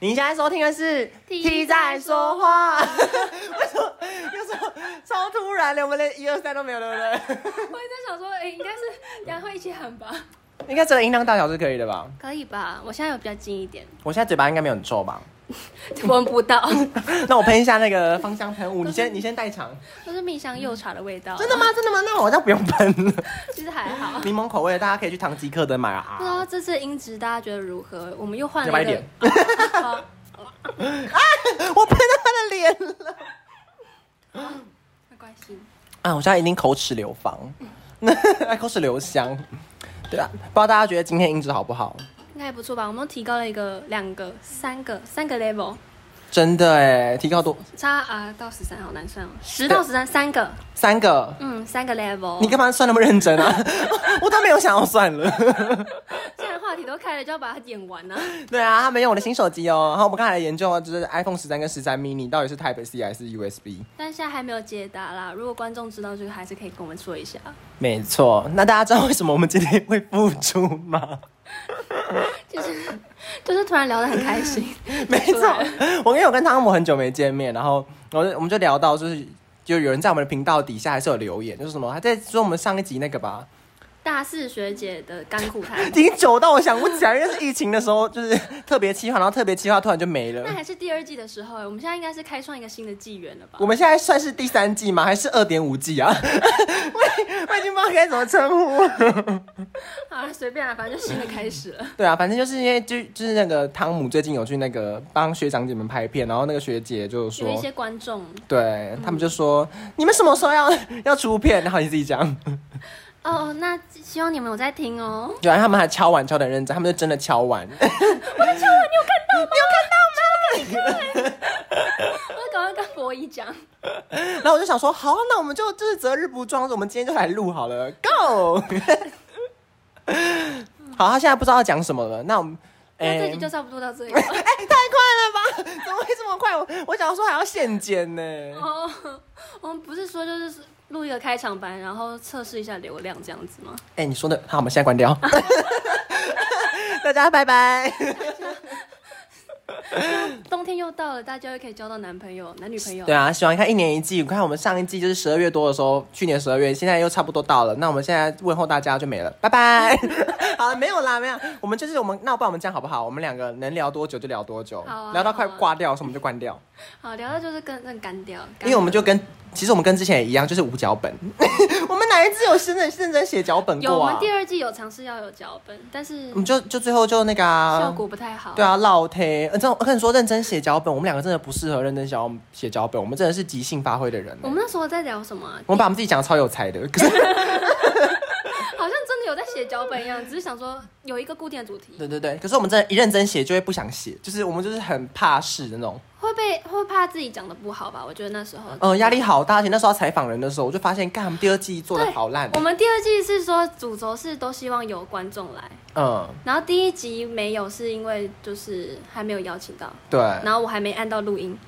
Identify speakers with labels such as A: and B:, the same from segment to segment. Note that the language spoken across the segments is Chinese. A: 您现在收听的是《
B: T
A: 在说话》，为什么？为什么超突然的？我们连一二三都没有，对不对？
B: 我也在想说，哎、应该是两会一起喊吧？
A: 应该整个音量大小是可以的吧？
B: 可以吧？我现在有比较近一点，
A: 我现在嘴巴应该没有很 臭吧？
B: 闻不到，
A: 那我喷一下那个芳香喷雾，你 先你先代偿。
B: 都是蜜香柚茶的味道。
A: 真的？吗？真的吗？那我好像不用喷了。
B: 其实还好。
A: 柠檬口味的，大家可以去唐吉诃德买 啊
B: 不知。道这次音质大家觉得如何？我们又换
A: 再白
B: 了
A: 一
B: 一
A: 点
B: 个。 好
A: 我喷到他的脸了。
B: 没关系。
A: 啊，我现在一定口齿流芳， 那口齿留香。对啊，不知道大家觉得今天音质好不好？
B: 应该还不错吧？我们提高了一个、两个、三个、三个 level，
A: 真的哎，提高多
B: 差啊到十三，好难算哦，十到十三，三个，
A: 三个。
B: 嗯，三个 level。
A: 你干嘛算那么认真啊？ 我都没有想要算了。
B: 既然话题都开了，就要把它演完啊！
A: 对啊，他们用我的新手机哦。然后我们刚才研究啊，就是 iPhone 十三跟十三 mini 到底是 Type C 还是 USB？
B: 但现在还没有解答啦。如果观众知道这个，还是可以跟我们说一下。
A: 没错，那大家知道为什么我们今天会付出吗？
B: 就是就是突然聊得很开心，
A: 没错，我因为我跟汤姆很久没见面，然后我就我们就聊到就是。就有人在我们的频道底下还是有留言，就是什么他在说我们上一集那个吧，
B: 大四学姐的甘苦
A: 已
B: 谈。
A: 经久到我想不起来，因为是疫情的时候就是特别计划，然后特别计划突然就没了
B: 那。还是第二季的时候、我们现在应该是开创一个新的纪元了吧
A: 我？们现在算是第三季吗？还是二点五季啊？ 我我已经不知道该怎么称呼了。
B: 好了，随便啊啦，反正就新的开始了。
A: 对啊，反正就是因为就就是那个汤姆最近有去那个帮学长姐们拍片，然后那个学姐就
B: 有一
A: 说，
B: 些观众
A: 对他们就说、你们什么时候要 要出片？然后你自己讲。
B: 哦，那希望你们有在听哦。
A: 对啊，他们还敲碗敲的认真，他们就真的敲碗。
B: 我赶快跟博一讲，
A: 然后我就想说，好，那我们就就是择日不撞，我们今天就来录好了，Go 。好，他现在不知道要讲什么了，那我们。
B: 那这集
A: 哎
B: 就差不多到这里了。
A: 怎么会这么快？我我想说还要现剪呢、
B: 哦，我们不是说就是录一个开场白，然后测试一下流量这样子吗？
A: 哎、你说的好，我们现在关掉。 大家拜拜。
B: 冬天又到了，大家又可以交到男朋友、男女朋友。
A: 对啊，喜欢看一年一季。你看我们上一季就是十二月多的时候，去年十二月，现在又差不多到了。那我们现在问候大家就没了，拜 拜。好了，没有啦，没有。我们就是我们，那我不然我们这样好不好？我们两个能聊多久就聊多久，
B: 好啊
A: 聊到快
B: 好啊
A: 挂掉的时候我们就关掉，
B: 好，啊聊到就是跟那干掉，干
A: 因为我们就跟其实我们跟之前也一样，就是无脚本。 我们哪一次有认真认真写脚本
B: 有
A: 过
B: 我
A: 啊
B: 们？第二季有尝试要有脚本，但是
A: 我们就就最后就那个、啊、
B: 效果不太好。
A: 对啊，唠天。呃，这种我跟你说，认真写脚本，我们两个真的不适合认真想要写脚本，我们真的是即兴发挥的人。欸
B: 我们那时候在聊什么啊、
A: 我们把我们自己讲得超有才的，可是
B: 好像真的有在写脚本一 样，只是想说有一个固定的主题，
A: 对对对，可是我们真的，一认真写就会不想写，就是我们就是很怕事的那种。
B: 会被会怕自己讲的不好吧？我觉得那时候，
A: 嗯，压力好大。而且那时候要采访人的时候，我就发现，干，我们第二季做的好烂
B: 我。们第二季是说主轴是都希望有观众来，
A: 嗯，
B: 然后第一集没有是因为就是还没有邀请到，
A: 对
B: 然后我还没按到录音，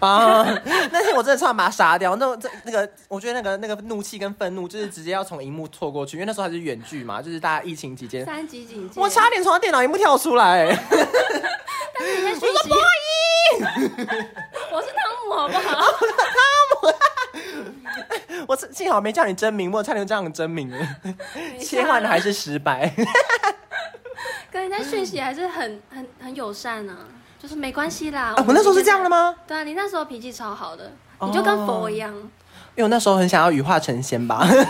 A: 啊， 那天我真的差点把他杀掉。那这那个，我觉得那个那个怒气跟愤怒，就是直接要从荧幕错过去，因为那时候还是远距嘛，就是大家疫情期间，
B: 三级警戒，
A: 我差点从他电脑荧幕跳出来、欸
B: 你在学习， 我是汤姆好不好？
A: 我是幸好没叫你真名，我差点就叫你真名了。
B: 等一下
A: 切换的还是失败，
B: 跟人家讯息还是很 很很友善啊，就是没关系啦。
A: 啊我那时候是这样的吗？
B: 对啊，你那时候脾气超好的，
A: 哦
B: 你就跟佛一样，
A: 因 为我那时候很想要羽化成仙吧。
B: 哦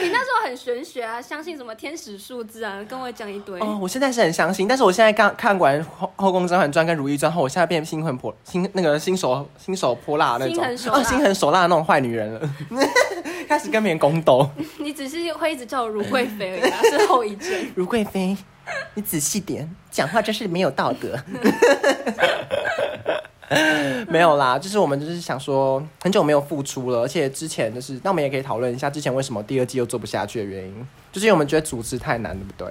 B: 你那时候很玄学啊，相信什么天使数字啊，跟我讲一 堆。
A: 哦，我现在是很相信，但是我现在刚看完《后后宫甄嬛传》跟《如懿传》后，我现在变心狠泼心那个心手心手泼辣那
B: 心
A: 种，
B: 狠手
A: 哦，
B: 辣
A: 心狠手辣的那种坏女人了， 开始跟别人宫斗。
B: 你只是会一直叫我如贵妃而已、啊， 是后遗症。
A: 如贵妃，你仔细点，讲话真是没有道德。 没有啦，就是我们就是想说，很久没有付出了，而且之前就是，那我们也可以讨论一下之前为什么第二季又做不下去的原因，就是因为我们觉得组织太难，对不对？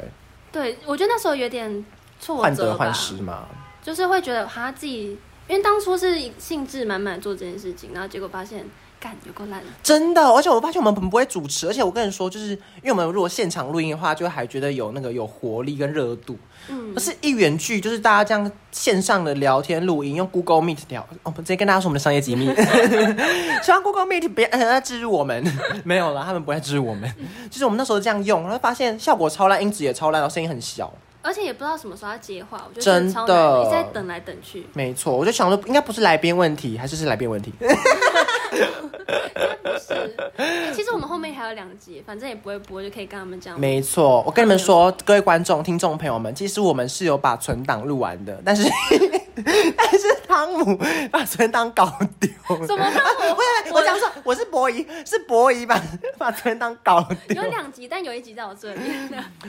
B: 对，我觉得那时候有点挫
A: 患
B: 折
A: 得
B: 吧，
A: 患失嘛。
B: 就是会觉得哈自己，因为当初是兴致满满做这件事情，然后结果发现干有够烂的，
A: 真的，而且我发现我们很不会主持，而且我跟你说，就是因为我们如果现场录音的话，就还觉得有那个有活力跟热度。
B: 嗯
A: 可，是，一远距就是大家这样线上的聊天录音，用 Google Meet 聊。哦我们直接跟大家说我们的商业机密， 希望 Google Meet 别呃支持我们。 没有了，他们不会支持我们。就是我们那时候这样用，然后发现效果超烂，音质也超烂，然后声音很小。
B: 而且也不知道什么时候要接话，我觉得
A: 真
B: 真
A: 的
B: 的超难，一直在等来等去，
A: 没错，我就想说，应该不是来宾问题，还是是来宾问题。
B: 不是。欸其实我们后面还有两集，反正也不会播，就可以跟他们讲。
A: 没错，我跟你们说，各位观众、听众朋友们，其实我们是有把存档录完的，但是 但是汤姆把存档搞丢了。
B: 怎么办？我
A: 不是，我讲错，我是博仪，是博仪把把存档搞丢
B: 有。两集，但有一集在我这里。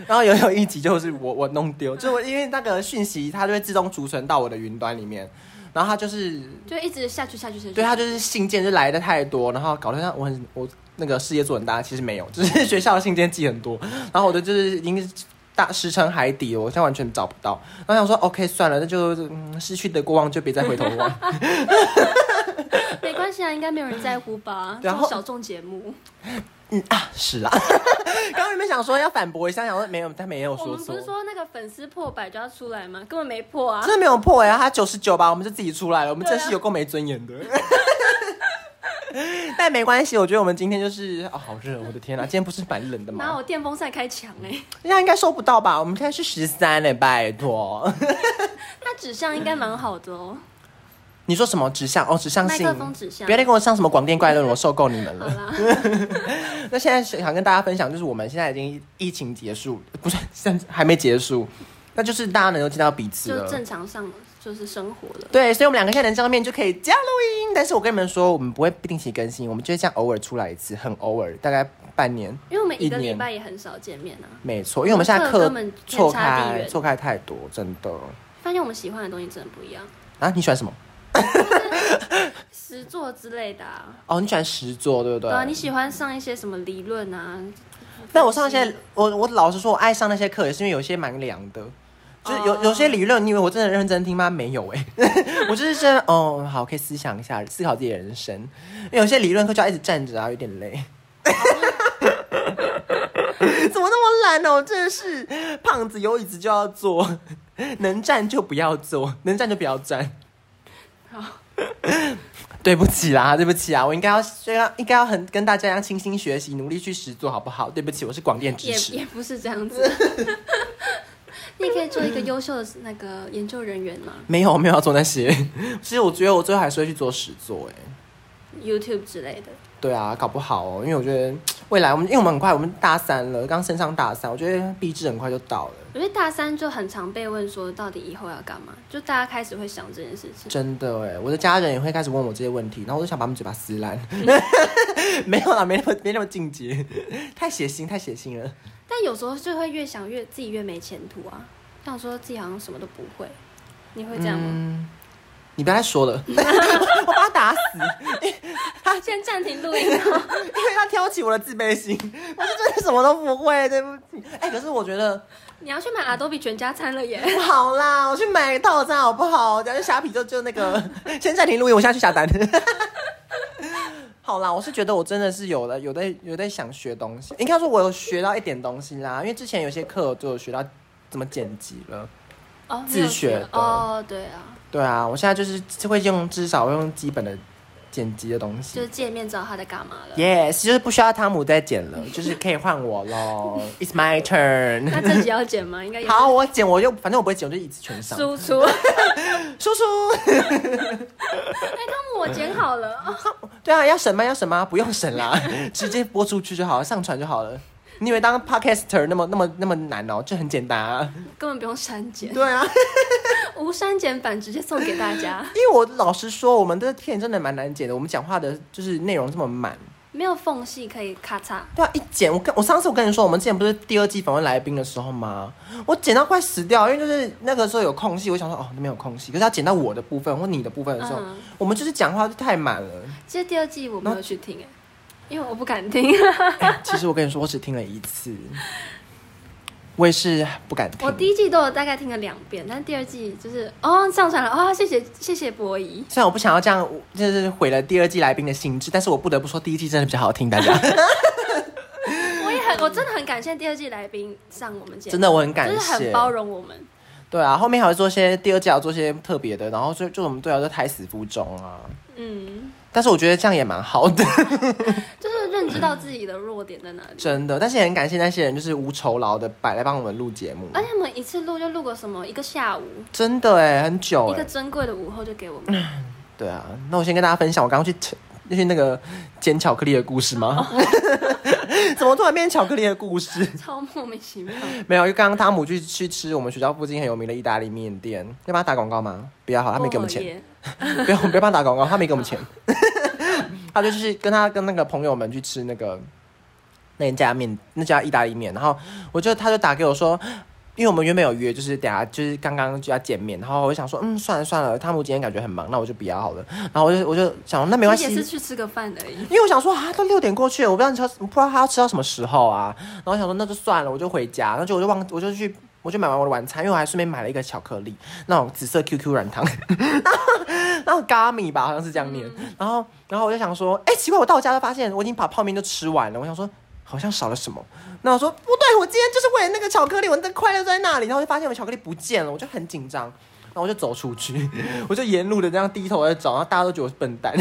A: 然后有有一集就是我我弄丢，就是我因为那个讯息它就会自动储存到我的云端里面，然后它就是
B: 就一直下去下去下去。
A: 对它啊就是信件就来的太多，然后搞得像我很我那个事业做很大，其实没有， 只、是学校的信件寄很多，然后我的就是已经是大石沉海底了，我现在完全找不到。然后想说 OK 算了，那就、嗯、失去的过往就别再回头 望。啊
B: 没关系啊，应该没有人在乎吧？这
A: 然
B: 种
A: 啊后
B: 小众节目，
A: 嗯啊，是 啦。刚刚原本想说要反驳一下，想说没有，他没有
B: 我
A: 说
B: 们
A: 错
B: 不是。说那个粉丝破百就要出来吗？根本没破啊
A: 真！的没有破呀、他九十九吧，我们就自己出来了，我们
B: 对啊
A: 真是有够没尊严 的。但没关系，我觉得我们今天就是哦，好热，我的天哪、今天不是蛮冷的
B: 拿
A: 吗？
B: 我电风扇开墙哎、欸，
A: 人家应该收不到吧？我们现在是十三嘞，拜托。
B: 它指向应该蛮好的哦。
A: 你说什么指向？哦，指向性
B: 麦克风指向
A: 不要再跟我上什么广电怪论，我受够你们
B: 好
A: 了。
B: 啦，
A: 那现在想跟大家分享，就是我们现在已经疫情结束，不是现在还没结束，那就是大家能够见到彼此
B: 就
A: 了。
B: 正常上就是生活了。
A: 对，所以我们两个现在能见到面就可以这样录音。但是我跟你们说，我们不会不定期更新，我们就会这样偶尔出来一次，很偶尔，大概半年。
B: 因为我们一个
A: 一
B: 礼
A: 年
B: 拜也很少见面啊，
A: 没错，因为我们现在
B: 课
A: 课
B: 根本天
A: 错
B: 差地
A: 开
B: 远
A: 错开太多，真的。
B: 发现我们喜欢的东西真的不一样，
A: 啊，你喜欢什么？
B: 实作之类的啊。
A: 哦，你喜欢实作，对不对？
B: 对啊，你喜欢上一些什么理论啊？
A: 但我上一些，我我老实说，我爱上那些课也是因为有些蛮凉的，就是有、
B: 哦
A: 有些理论，你以为我真的认真听吗？没有 哎、我就是真的，哦，好，可以思想一下，思考自己的人生。因为有些理论课就要一直站着啊，有点累。 怎么那么懒呢、我真的是胖子有椅子就要坐，能站就不要坐，能站就不要站。
B: 好，
A: 对不起啦，对不起啊，我应该要虽然应该要很跟大家一样倾心学习，努力去实做，好不好？对不起，我是广电支
B: 也
A: 持。
B: 也不是这样子。 你也可以做一个优秀的那个研究人员嘛
A: 没有，没有要做那些。 其实我觉得我最后还是会去做实作，哎，
B: ，YouTube 之类的。
A: 对啊，搞不好哦，因为我觉得未来我们，因为我们很快，我们大三了，刚升上大三，我觉得毕制很快就到了，
B: 我觉得大三就很常被问说，到底以后要干嘛？就大家开始会想这件事情。
A: 真的哎，我的家人也会开始问我这些问题，然后我就想把他们嘴巴撕烂。 没有啦，没那么没那么进阶，太血腥，太血腥了。
B: 但有时候就会越想越自己越没前途啊，想说自己好像什么都不会。你会这样吗？
A: 嗯，你不要再说了， 我把他打死，
B: 好，先暂停录音哦。
A: 因为他挑起我的自卑心，我是真的什么都不会，对不起。哎，可是我觉得。
B: 你要去买 Adobe 全家餐了耶！
A: 不好啦，我去买个套餐好不好？等下去虾皮就就那 个，先暂停录音，我现在去下单。 好啦，我是觉得我真的是有的，有的有在想学东西。应该说我有学到一点东西啦，因为之前有些课就有学到怎么剪辑了。
B: 哦
A: 自学的
B: 没有哦，对啊，
A: 对啊，我现在就是会用至少会用基本的剪辑的东
B: 就
A: 西。
B: 是界面知道他在干嘛了。
A: Yes，就是不需要汤姆再剪 了，就是可以换我喽。It's my turn。
B: 那这集要剪吗？应该也
A: 好，我剪我就反正我不会剪，我就一直全上。
B: 输出。 哎，
A: 叔叔。
B: 汤姆，我剪好了。哦
A: 对啊，要审吗？要审吗？不用审啦， 直接播出去就好，上传就好了。你以为当 podcaster 那么那么那么难哦？这很简单啊。
B: 根本不用删减，
A: 对啊，
B: 无删减版直接送给大家，
A: 因为我老实说，我们的片真的蛮难剪的。我们讲话的就是内容这么满，
B: 没有缝隙可以咔嚓。
A: 对啊，一剪我跟我上次我跟你说，我们之前不是第二季访问来宾的时候吗？我剪到快死掉，因为就是那个时候有空隙，我想说哦那边有空隙，可是要剪到我的部分或你的部分的时候，
B: 嗯
A: 我们就是讲话就太满了。
B: 其实第二季我没有去听哎、 因为我不敢听。
A: 哎其实我跟你说，我只听了一次。我也是不敢听。
B: 我第一季都有大概听了两遍，但第二季就是哦上传了哦，谢谢谢谢博仪。
A: 虽然我不想要这样，就是毁了第二季来宾的心智，但是我不得不说，第一季真的比较好听，大 家
B: 我也很我真的很感谢第二季来宾上我们节目，
A: 真的我很感
B: 就是
A: 谢
B: 很。包容我们。
A: 对啊，后面还会做些第二季，还有做些特别的，然后就就我们对啊，就胎死腹中啊。
B: 嗯，
A: 但是我觉得这样也蛮好的，
B: 就是认知到自己的弱点在哪里。
A: 真的。但是也很感谢那些人，就是无酬劳的摆来帮我们录节目，
B: 而且我们一次录就录个什么一个下午，
A: 真的哎，很久
B: 一个
A: 哎。
B: 珍贵的午后就给我们。
A: 对啊，那我先跟大家分享我刚刚去 吃去那个捡巧克力的故事吗？
B: 哦
A: 怎么突然变巧克力的故事？
B: 超莫名其妙，
A: 没有，因为刚刚汤姆去去吃我们学校附近很有名的意大利面店，要帮他打广告吗？不要好，他没给我们钱，
B: 耶
A: 不要不要帮他打广告，他没给我们钱。 他就是跟他跟那个朋友们去吃那个那家面那家意大利面，然后我就他就打给我说。因为我们原本有约，就是等下就是刚刚就要见面，然后我就想说，嗯，算了算了，汤姆今天感觉很忙，那我就不要好了。然后我就我就想，那没关系，
B: 也是去吃个饭而已。
A: 因为我想说啊，都六点过去了，我不知道他不知道他要吃到什么时候啊。然后我想说那就算了，我就回家，然后就我就忘，我就去，我就买完我的晚餐，因为我还顺便买了一个巧克力，那种紫色 QQ 软糖， 然后咖米吧，好像是这样念。然
B: 嗯
A: 后然后我就想说，哎、奇怪，我到家就发现我已经把泡面都吃完了，我想说。好像少了什么，那我说不对，我今天就是为了那个巧克力，我的快乐在那里，然后我就发现我巧克力不见了，我就很紧张，然后我就走出去，我就沿路的这样低头在找，然后大家都觉得我是笨蛋。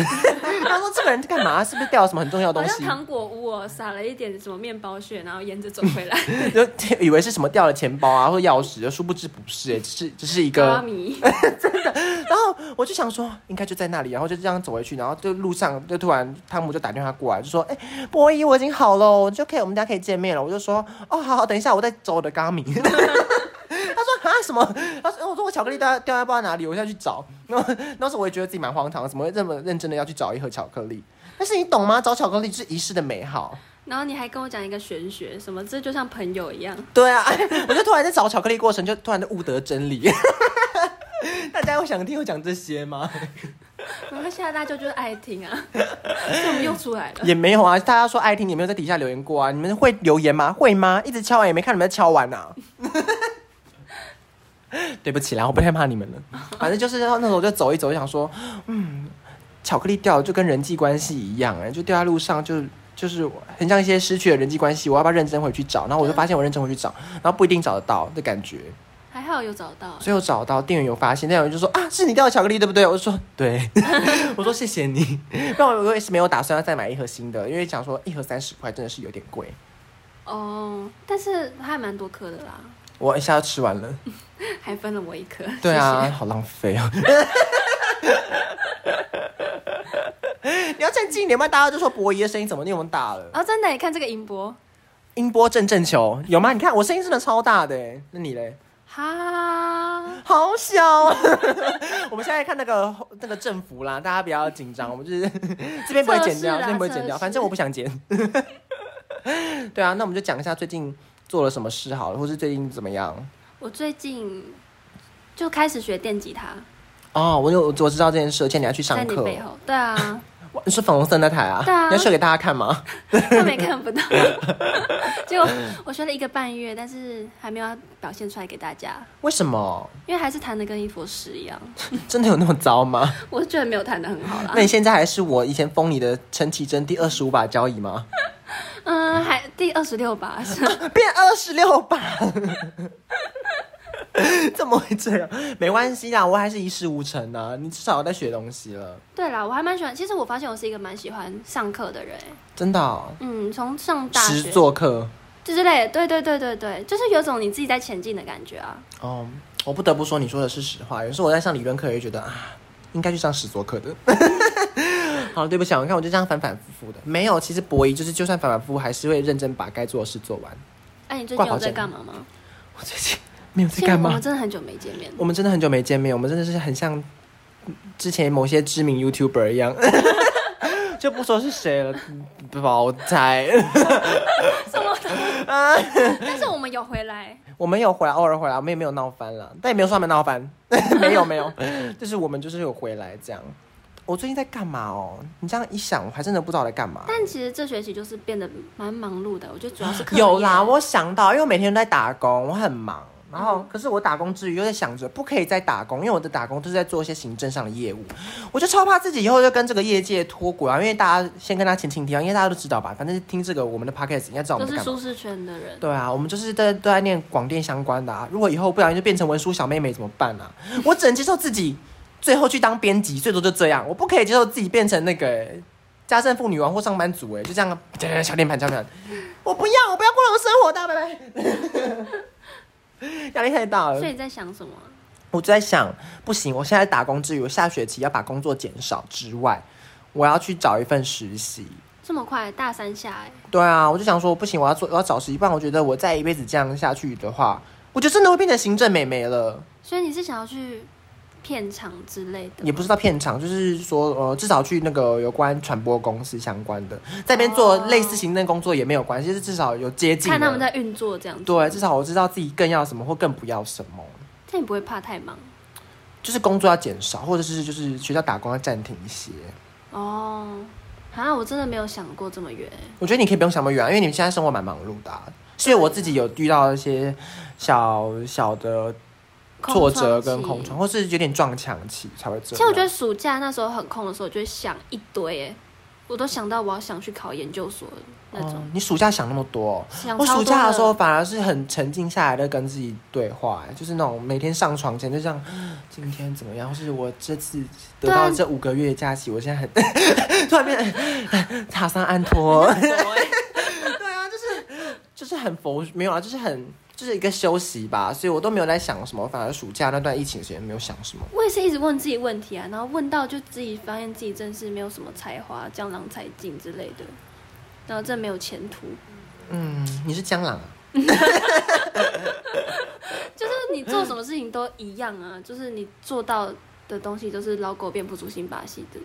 A: 他说这个人在干嘛？是不是掉了什么很重要的
B: 好
A: 东
B: 像
A: 西？
B: 糖果屋哦，撒了一点什么面包屑，然后沿着走 回来。
A: 就以为是什么掉了钱包啊，或者钥匙，就殊不知不是、欸，只是只是一
B: 阿
A: 个。
B: 米，
A: 然后我就想说，应该就在那里，然后就这样走回去，然后就路上就突然汤姆就打电话过来，就说：“哎、波伊，我已经好了，我就可以我们家可以见面了。”我就说：“哦，好好，等一下，我再走我的咖米。” 他说：“啊什么？”他说：“我说我巧克力掉在掉在不知道哪里，我现在去找。”然后那时候我也觉得自己蛮荒唐的，怎么会这么认真的要去找一盒巧克力？但是你懂吗？找巧克力是仪式的美好。
B: 然后你还跟我讲一个玄学，什么这就像朋友一样。
A: 对啊，我就突然在找巧克力过程，就突然的悟得真理。 大家有想听我讲这些吗？
B: 然后现在大家就是爱听啊， 所以我们又出来了。
A: 也没有啊，大家说爱听，也没有在底下留言过啊。你们会留言吗？会吗？一直敲啊完也没看你们在敲完啊。 对不起啦，我不太怕你们了。反正就是那时候我就走一走，就想说，嗯，巧克力掉了就跟人际关系一样、哎，就掉在路上就。就是很像一些失去的人际关系，我要不要认真回去找？然后我就发现我认真回去找，然后不一定找得到的感觉。
B: 还好有找到，
A: 所以我找到店员有发现，店员就说啊，是你掉的巧克力对不对？我就说对， 我说谢谢 你。不然我也是没有打算要再买一盒新的，因为想说一盒三十块真的是有点贵，
B: 哦，但是它还蛮多颗的啦，
A: 我一下就吃完 了。
B: 还分了我一颗。
A: 对啊，
B: 谢谢
A: 好浪费哦。 你要站近点，不然大家就说博仪的声音怎么那么大了？
B: 哦，真的，你看这个音波，
A: 音波正正球有吗？你看我声音真的超大的欸，那你嘞？
B: 哈，
A: 好小、啊。 我们现在看那个那个振幅啦，大家不要紧张，我们 就是这边不会剪掉，
B: 测试啦
A: 这边不会剪
B: 测
A: 掉，
B: 试
A: 反正我不想剪。 对啊，那我们就讲一下最近做了什么事好了，或是最近怎么样。
B: 我最近就开始学电吉他，
A: 哦，我有我知道这件事，而且你要去
B: 在
A: 上
B: 你
A: 课，哦
B: 背后。对啊，
A: 哇是粉红色那台啊？
B: 对啊
A: 你要秀给大家看吗？
B: 他没看 不到，结果我学了一个半月，但是还没有要表现出来给大家，
A: 为什么？
B: 因为还是弹的跟一坨屎一样，
A: 真的有那么糟 吗？
B: 我是觉得没有弹的很好啦
A: 那。你现在还是我以前封你的陈绮贞第二十五把交椅吗？
B: 嗯，还第二十六把，是
A: 变二十六吧？ 怎么会这样？没关系啦，我还是一事无成啊。你至少有在学东西了，
B: 对啦，我还蛮喜欢。其实我发现我是一个蛮喜欢上课的人欸，
A: 真的、哦。
B: 嗯，从上大
A: 实
B: 学
A: 作课
B: 就之类的，对对对对对，就是有种你自己在前进的感觉啊。
A: 哦，我不得不说你说的是实话。有时候我在上理论课，也会觉得啊，应该去上实作课的。 好了，对不起啊，你看我就这样反反复复的。没有，其实博弈就是，就算反反复复，还是会认真把该做的事做完。
B: 哎、你最
A: 挂
B: 近
A: 保
B: 有在
A: 证
B: 干嘛吗？
A: 我最近没有
B: 其
A: 在
B: 实
A: 干
B: 我
A: 嘛
B: 们？真的很久没见 面了。
A: 我们真的很久没见面，我们真的是很像之前某些知名 YouTuber 一样， 就不说是谁了，不好我猜。
B: 什么的？但是我们有回来，
A: 我们有回来，偶尔回来，我们也没 有闹翻了，但也没有说他们闹翻，没有没有，就是我们就是有回来这样。我最近在干嘛哦？你这样一想，我还真的不知道我在干嘛。
B: 但其实这学期就是变得蛮忙碌的，我觉得主要是课业啊
A: 有啦，我想到，因为我每天都在打工，我很忙。然后，
B: 嗯
A: 可是我打工之余又在想着不可以再打工，因为我的打工都是在做一些行政上的业务，我就超怕自己以后就跟这个业界脱轨啊。因为大家先跟他前情提要，因为大家都知道吧，反正听这个我们的 podcast 应该知道我
B: 都
A: 们在干
B: 是
A: 嘛。
B: 舒适圈的人，
A: 对啊，我们就是在都在念广电相关的啊。如果以后不小心就变成文书小妹妹怎么办啊？我只能接受自己最后去当编辑，最多就这样。我不可以接受自己变成那个、欸家政妇女王或上班族、欸，哎，就这样啊小脸盘小脸盘。我不要，我不要过那种生活的，拜拜。压力太大了
B: 所以，你在想什么啊？
A: 我就在想，不行，我现在打工之余，我下学期要把工作减少之外，我要去找一份实习。
B: 这么快大三下哎、
A: 对啊，我就想说，不行，我要做，我要找实习，不然我觉得我再一辈子这样下去的话，我觉得真的会变成行政美眉了。
B: 所以你是想要去片场之类的吗？
A: 也不是到片场，就是说，呃，至少去那个有关传播公司相关的，在那边做
B: 哦
A: 类似行政工作也没有关系，就是至少有接近。
B: 看他们在。运作这样子。
A: 对，至少我知道自己更要什么或更不要什么，
B: 但你不会怕太忙
A: 就是工作要减少，或者是就是学校打工要暂停一些。
B: 哦。啊，我真的没有想过这么远欸。
A: 我觉得你可以不用想那么远啊，因为你们现在生活蛮忙碌的、啊，是因为我自己有遇到一些小小的挫折跟空
B: 窗
A: 窗，
B: 期。
A: 或是有点撞墙期才会这样。
B: 其实我觉得暑假那时候很空的时候，我就会想一堆哎、我都想到我要想去考研究所的那种。
A: 哦你暑假想那么多哦、
B: 想
A: 我
B: 超
A: 暑
B: 多
A: 假的时候反而是很沉静下来的跟自己对话，哎就是那种每天上床前就像今天怎么样，或是我这次得到
B: 嗯对啊
A: 这五个月的假期，我现在很 突然变塔桑安托。
B: 欸
A: 对啊，就是就是很佛，没有啊，就是很就是一个休息吧，所以我都没有在想什么，反而暑假那段疫情时间没有想什么。
B: 我也是一直问自己问题啊，然后问到就自己发现自己真是没有什么才华，江郎才尽之类的，然后真的没有前途。
A: 嗯，你是江郎啊？
B: 就是你做什么事情都一样啊，就是你做到的东西都是老狗变不出新把戏的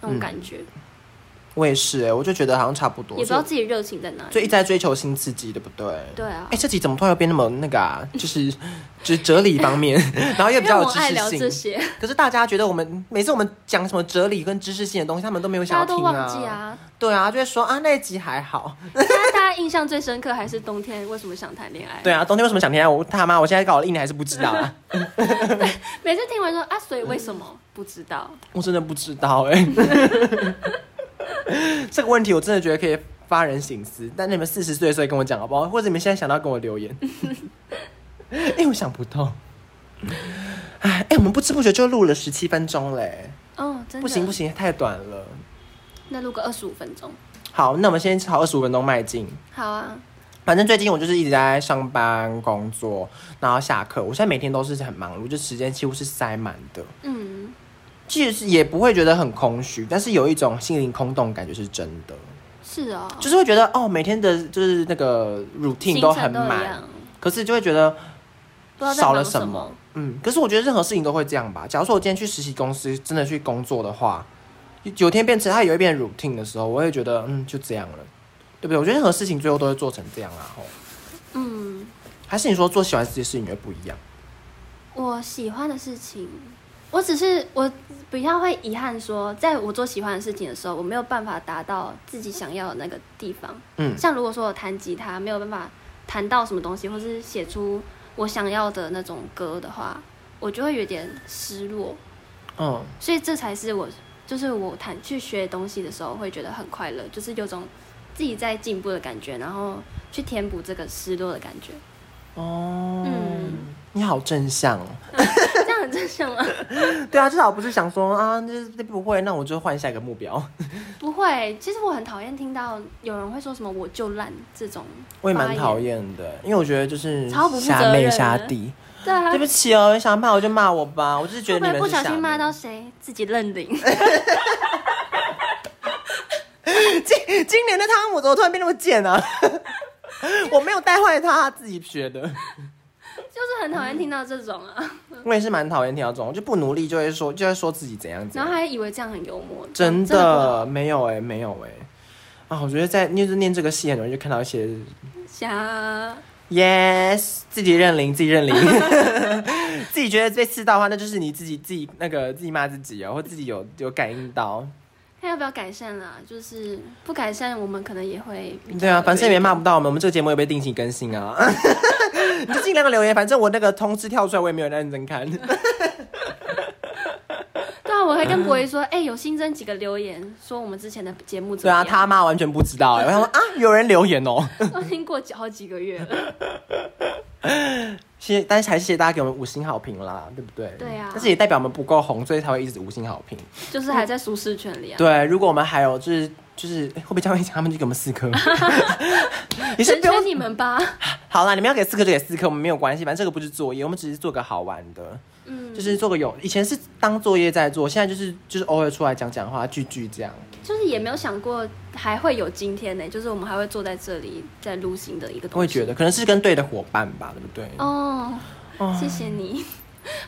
B: 那
A: 嗯
B: 种感觉，
A: 我也是哎、我就觉得好像差不多，
B: 也不知道自己热情在哪
A: 所以一
B: 里
A: 直。在追求新刺激，对不对？
B: 对啊
A: 哎、，这集怎么突然又变那么那个啊？就是 就是哲理方面， 然后又
B: 因
A: 比
B: 为
A: 较有
B: 我
A: 知
B: 爱聊这
A: 识性。
B: 些，
A: 可是大家觉得我们每次我们讲什么哲理跟知识性的东西，他们都没有想
B: 大
A: 要
B: 家
A: 听
B: 都
A: 啊。
B: 忘记啊。
A: 对啊，就会说啊那一集还好。
B: 大家大家印象最深刻还是冬天为什么想谈恋爱？
A: 对啊，冬天为什么想听啊？我他妈，我现在搞了一年还是不知道啊，
B: 每次听完说啊，所以为
A: 嗯
B: 什么不知道？
A: 我真的不知道哎、 这个问题我真的觉得可以发人省思。但你们四十岁的时候也跟我讲好不好？或者你们现在想到跟我留言。 哎、我想不透。哎哎、我们不知不觉就录了十七分钟嘞、
B: 哦，真的
A: 不行不，行，太短了。
B: 那录个二十五分钟，
A: 好，那我们先朝二十五分钟迈进。
B: 好啊。
A: 反正最近我就是一直在上班工作，然后下课。我现在每天都是很忙碌，就时间几乎是塞满的。
B: 嗯，
A: 其实也不会觉得很空虚，但是有一种心灵空洞感觉是真的，
B: 是哦，
A: 就是会觉得哦，每天的就是那个 routine
B: 行
A: 都
B: 程
A: 很
B: 一
A: 满
B: 样，，
A: 可是就会觉得
B: 不知道在
A: 少了
B: 忙什
A: 么。嗯，可是我觉得任何事情都会这样吧。假如说我今天去实习公司，真的去工作的话，有有天变成它有一遍 routine 的时候，我会觉得嗯，就这样了，对不对？我觉得任何事情最后都会做成这样啊。吼，
B: 嗯，
A: 还是你说做喜欢自己的事情你会不一样？
B: 我喜欢的事情，我只是我比较会遗憾说，在我做喜欢的事情的时候，我没有办法达到自己想要的那个地方。
A: 嗯
B: 像如果说我弹吉他没有办法弹到什么东西，或是写出我想要的那种歌的话，我就会有点失落。
A: 嗯，
B: 所以这才是我，就是我弹去学东西的时候会觉得很快乐，就是有种自己在进步的感觉，然后去填补这个失落的感 觉。
A: 哦，
B: 嗯
A: 你好正向哦。
B: 这样很正常吗？
A: 对啊，至少不是想说啊，这这不会，那我就换下一个目标。
B: 不会，其实我很讨厌听到有人会说什么“我就烂”这种，
A: 我也蛮讨。厌的，因为我觉得就是
B: 超不负责
A: 瞎妹
B: 任
A: 瞎
B: 的
A: 弟。
B: 对 啊，
A: 对不起哦，想骂我就骂我吧，我就是觉
B: 会
A: 得
B: 不
A: 你
B: 会
A: 们
B: 不
A: 是
B: 小
A: 瞎
B: 心
A: 妹
B: 骂到谁，自己认领？
A: 今今年的汤姆怎么突然变那么贱啊？ 我没有带坏他，他自己学的。
B: 就是很讨厌听到这种啊，
A: 我也是蛮讨厌听到这种，就不努力就会说，就会说自己怎样怎
B: 然
A: 样
B: 后。还以为这样很幽默，
A: 真
B: 这样不好
A: 的没有哎、没有哎、啊，我觉得在念念这个戏很容易就看到一些
B: 瞎
A: Yes，自己认领，自己认 领， 自己觉得被刺到的话，那就是你自己自己那个自己骂自己哦，或自己有有感应到。
B: 看要不要改善啦、就是不改善，我们可能也会比较
A: 对啊，反正也骂不到我们，我们这个节目也被定期更新啊。 你就尽量的留言，反正我那个通知跳出来，我也没有认真 看。
B: 对啊，我还跟博仪说，哎、有新增几个留言说我们之前的节目怎
A: 对
B: 么
A: 啊，
B: 样？
A: 他妈完全不知道、欸。我想说啊，有人留言哦。
B: 他都已经过好几个月了。
A: 谢谢，但是还是谢谢大家给我们五星好评啦，对不对？
B: 对啊
A: 但是也代表我们不够红，所以才会一直五星好评。
B: 就是还在舒适圈 里啊。
A: 对，如果我们还有就是就是，诶会不会这样一讲，他们就给我们四颗？ 也是
B: 成
A: 不用
B: 全你们吧。
A: 好啦，你们要给四颗就给四颗，我们没有关系，反正这个不是作业，我们只是做个好玩的，
B: 嗯，
A: 就是做个有。以前是当作业在做，现在就是就是偶尔出来讲讲话、聚聚这样。
B: 就是也没有想过还会有今天呢、就是我们还会坐在这里在录新的一个东西。
A: 我也觉得可能是跟对的伙伴吧，对不对？
B: 哦，
A: 哦
B: 谢谢你，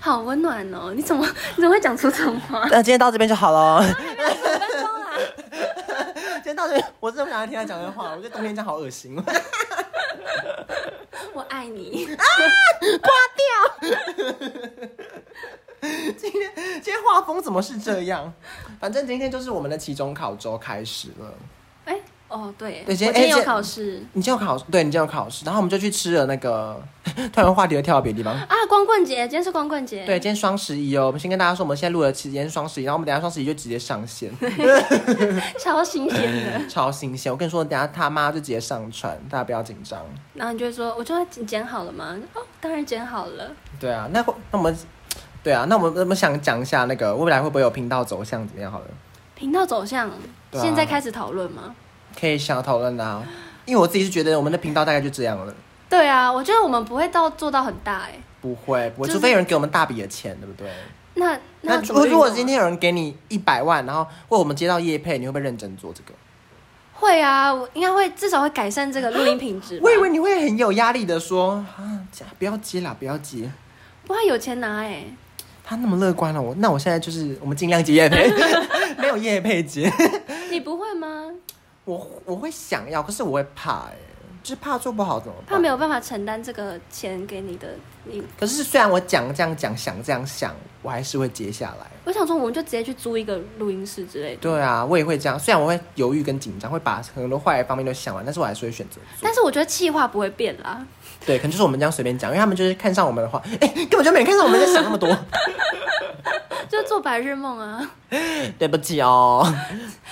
B: 好温暖哦！你怎么你怎么会讲出这种话？
A: 那、今天到这边就好了。
B: 五分钟啦，
A: 今天到这边，我真的不想再听他讲这话，我觉得冬天这样好恶心。
B: 我爱你。
A: 今天今天画风怎么是这样？反正今天就是我们的期中考周开始了。
B: 哎、哦对，
A: 对今天
B: 我今天
A: 哎
B: 有
A: 这
B: 考试。
A: 你今天有考，对你今天有考试，然后我们就去吃了那个， 突然话题又跳到别的地方。
B: 啊，光棍节，今天是光棍节。
A: 对，，今天双十一哦，我们先跟大家说，我们现在录的期间双十一，然后我们等一下双十一就直接上线，
B: 超新鲜的。
A: 超新鲜。我跟你说，等一下他妈就直接上传，大家不要紧张。
B: 然后你就会说，我就要剪剪好了吗？哦，当然剪好了。
A: 对啊，那会那我们，对啊，那我们我们想讲一下那个未来会不会有频道走向怎么样？好了，
B: 频道走向、
A: 对啊
B: 现在开始讨论吗？
A: 可以想讨论的啊。因为我自己是觉得我们的频道大概就这样了，
B: 对啊，我觉得我们不会到做到很大哎、
A: 不会，不会，
B: 就是
A: 除非有人给我们大笔的钱，对不对？
B: 那
A: 那如
B: 怎么
A: 果
B: 运
A: 如
B: 动啊
A: 果今天有人给你一百万，然后为我们接到业配，你会不会认真做这个？
B: 会啊，我应该会至少会改善这个录音品质吧。
A: 我以为你会很有压力的说啊，这不要接啦，不要接。
B: 不然有钱拿哎、
A: 他那么乐观啊了、我那我现在就是我们尽量接叶 配，没有叶配接。
B: 你不会吗？
A: 我我会想要，可是我会怕哎、就是怕做不好怎么办？
B: 怕没有办法承担这个钱给你的，你
A: 可是虽然我讲这样讲，想这样想，我还是会接下来。
B: 我想说，我们就直接去租一个录音室之类的。
A: 对啊，我也会这样。虽然我会犹豫跟紧张，会把很多坏的方面都想完，但是我还是会选择做。
B: 但是我觉得气话不会变啦，
A: 对，可能就是我们这样随便讲，因为他们就是看上我们的话， 哎、根本就没人看上我们在想那么多。
B: 就做白日梦啊。
A: 对不起哦，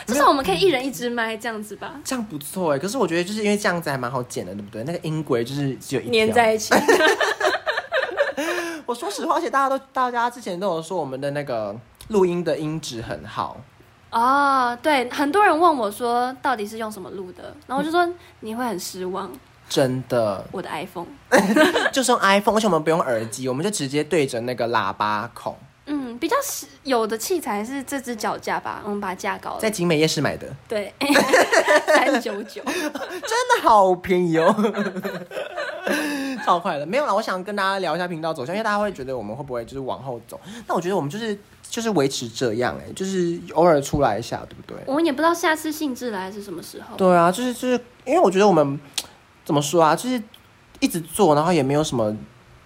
B: 至少我们可以一人一支麦这样子吧，
A: 这样不错哎。可是我觉得就是因为这样子还蛮好剪的，对不对？那个音轨就是只有一条
B: 粘在一起。
A: 我说实话，而且大家都大家之前都有说我们的那个录音的音质很好，
B: 哦，对，很多人问我说到底是用什么录的，然后我就说你会很失望，
A: 真的
B: 我的 iPhone。
A: 就是用 iPhone，而且我们不用耳机，我们就直接对着那个喇叭孔，
B: 嗯，比较实有的器材是这只脚架吧，我们把它架高了。
A: 在景美夜市买的，
B: 对，三九 九。
A: 真的好便宜哦。 超快了，没有啦。我想跟大家聊一下频道走向，因为大家会觉得我们会不会就是往后走？那我觉得我们就是就是维持这样、哎，就是偶尔出来一下，对不对？
B: 我们也不知道下次兴致来是什么时候。
A: 对啊，就是就是，因为我觉得我们怎么说啊，就是一直做，然后也没有什么，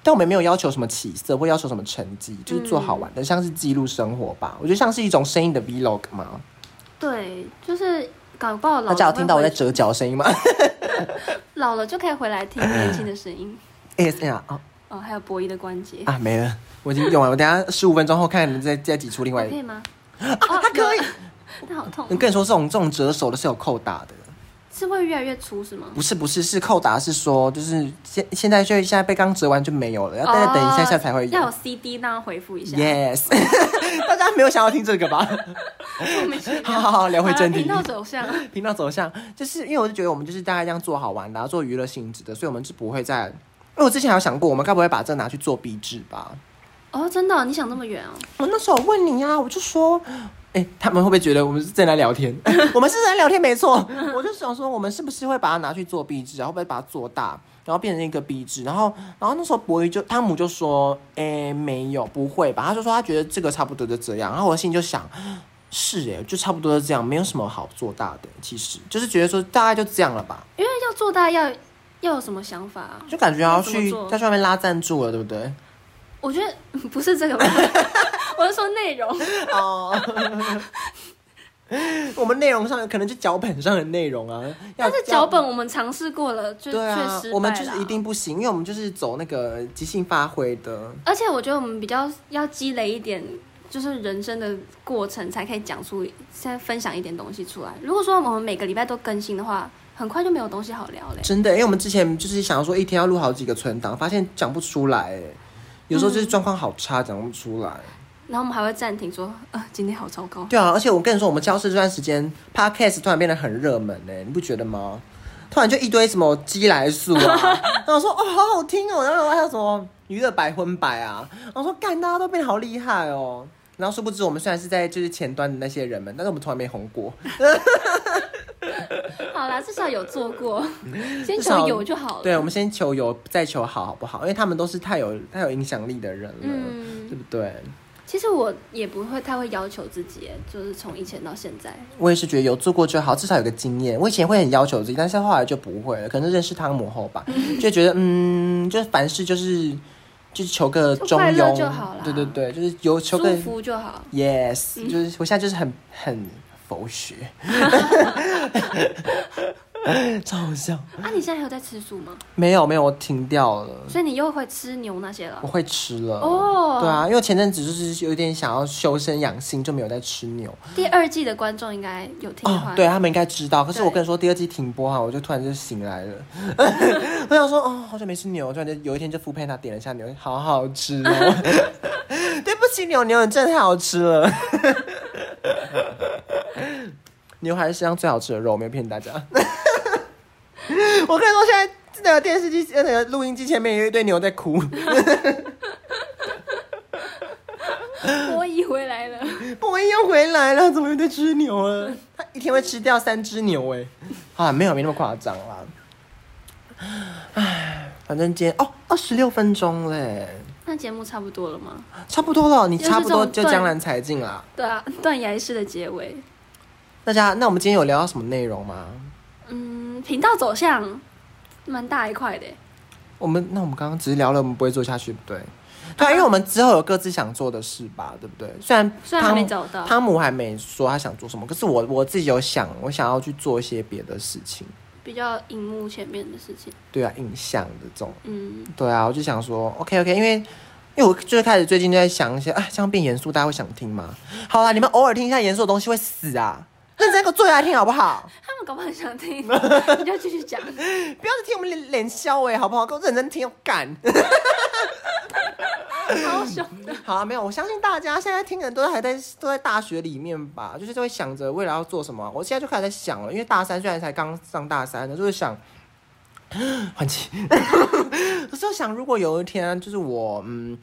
A: 但我们也没有要求什么起色或要求什么成绩，就是做好玩的，像是记录生活吧。我觉得像是一种声音的 vlog 嘛。
B: 对，就是搞不好老
A: 大
B: 了
A: 家有
B: 会
A: 听到我
B: 回
A: 在折脚的声音吗
B: 老了就可以回来听年轻的声音。
A: ？ASMR 啊
B: 哦，还有博弈的关节，
A: 啊没了，我已经用完，我等一下十五分钟后看你再再挤出另外
B: 可
A: 一个。
B: 以吗？啊，它
A: 可以，嗯
B: 那好痛
A: 我，跟你说，这种这种折手的是有扣打的。
B: 是会越来越粗是吗？
A: 不是不是，是扣打，是说就是现现在就现在被刚折完就没有了，要再
B: 哦
A: 等一下下才会有。
B: 要有 CD 让它回复一下。
A: Yes，大家没有想要听这个吧？
B: 我们先
A: 好好好，聊回正题
B: 频。道走向，
A: 频道走向，就是因为我就觉得我们就是大概这样做好玩的、啊，做娱乐性质的，所以我们是不会再。因为我之前还有想过，我们该不会把这拿去做壁纸吧？
B: 哦，真的哦、你想这么远哦？
A: 我那时候问你啊，我就说，哎、他们会不会觉得我们是正在聊天？ 我们是在聊天，没错。我就想说，我们是不是会把它拿去做壁纸，然后会不会把它做大，然后变成一个壁纸？然后，然后那时候博宇就汤姆就说，哎、没有，不会吧？他就说他觉得这个差不多就这样。然后我心里就想。是哎、就差不多是这样，没有什么好做大的。其实就是觉得说大概就这样了吧。
B: 因为要做大要要有什么想法、啊？
A: 就感觉要
B: 怎么
A: 去
B: 做
A: 在外面拉赞助了，对不对？
B: 我觉得不是这个吧，我是说内容。
A: 哦，我们内容上可能就脚本上的内容啊，要
B: 但是脚本我们尝试过了，就
A: 要
B: 确
A: 对
B: 实
A: 啊，我们就是一定不行，因为我们就是走那个即兴发挥的。
B: 而且我觉得我们比较要积累一点，就是人生的过程，才可以讲出现在分享一点东西出来。如果说我们每个礼拜都更新的话，很快就没有东西好聊嘞。
A: 真的，因为我们之前就是想要说一天要录好几个存档，发现讲不出来，哎有时候
B: 嗯
A: 就是状况好差，讲不出来。
B: 然后我们还会暂停说，呃，今天好糟糕。
A: 对啊，而且我跟你说，我们教室这段时间，podcast 突然变得很热门呢、你不觉得吗？突然就一堆什么鸡来 素啊，然后我说哦，好好听哦，然后还有什么娱乐百分百啊，然后说干，大家都变得好厉害哦。然后殊不知，我们虽然是在就是前端的那些人们，但是我们从来没红过。
B: 好啦，至少有做 过，先
A: 至少
B: 求有就好了。
A: 对，我们先求有，再求好，好不好？因为他们都是太有太有影响力的人了，
B: 嗯，
A: 对不对？
B: 其实我也不会太会要求自己，就是从以前到现在，
A: 我也是觉得有做过就好，至少有个经验。我以前会很要求自己，但是后来就不会了，可能是认识汤姆后 吧，就觉得嗯，就是凡事就是就是求个
B: 就
A: 中
B: 快乐
A: 庸，
B: 就好啦
A: 对对对，就是有求个
B: 舒服嗯就好。
A: yes，、就是我现在就是很很佛 学， 超好笑。
B: 啊，你现在还有在吃素吗？
A: 没有没有，我停掉了，
B: 所以你又会吃牛那些了
A: 我？会吃了。
B: 哦
A: 对啊，因为前阵子就是有点想要修身养性，就没有在吃牛。
B: 第二季的观众应该有听的
A: 哦
B: 话，，
A: 对他们应该知道。可是我
B: 对
A: 跟你说，第二季停播哈，啊我就突然就醒来了。我想说，哦，好久没吃牛，突然就有一天就复配他点了一下牛，好好吃 哦。对不起，牛牛，你真的太好吃了。牛还是世界上最好吃的肉，我没有骗大家。 我跟你说，现在那个电视机、那个录音机前面有一堆牛在哭。
B: 我以回来了。
A: 我又回来了，怎么又在吃牛了？他一天会吃掉三只牛哎！啊，没有，没那么夸张啦。唉，反正今天哦，二十六分钟嘞，
B: 那节目差不多了吗？
A: 差不多了，你差不多
B: 又是这
A: 就
B: 种
A: 江南才尽啦。
B: 对啊，断崖式的结尾。
A: 大家，那我们今天有聊到什么内容吗？
B: 嗯，频道走向蛮大一块的耶。
A: 我们那我们刚刚只是聊了，我们不会做下去，对不对？对啊，
B: 嗯
A: 因为我们之后有各自想做的事吧，对不对？虽然
B: 虽然还没
A: 汤
B: 找到
A: 汤姆还没说他想做什么，可是我我自己有想，我想要去做一些别的事情，
B: 比较荧幕前面的事情。
A: 对啊，影像的这种。
B: 嗯，
A: 对啊，我就想说，OK OK，因为因为我最开始最近就在想一些，啊，这样变严肃，大家会想听吗？好啦，你们偶尔听一下严肃的东西会死啊，认真给我坐下来听好不好？
B: 他们搞不好很想听，你就继续讲。
A: 不要只听我们脸脸笑哎、好不好？给我认真听，我干。
B: 好凶的。
A: 好啊，没有，我相信大家现在听的都还在都在大学里面吧，就是都会想着未来要做什么。啊我现在就开始在想了，因为大三虽然才刚上大三呢，就是想 换气， 我就想如果有一天啊就是我嗯。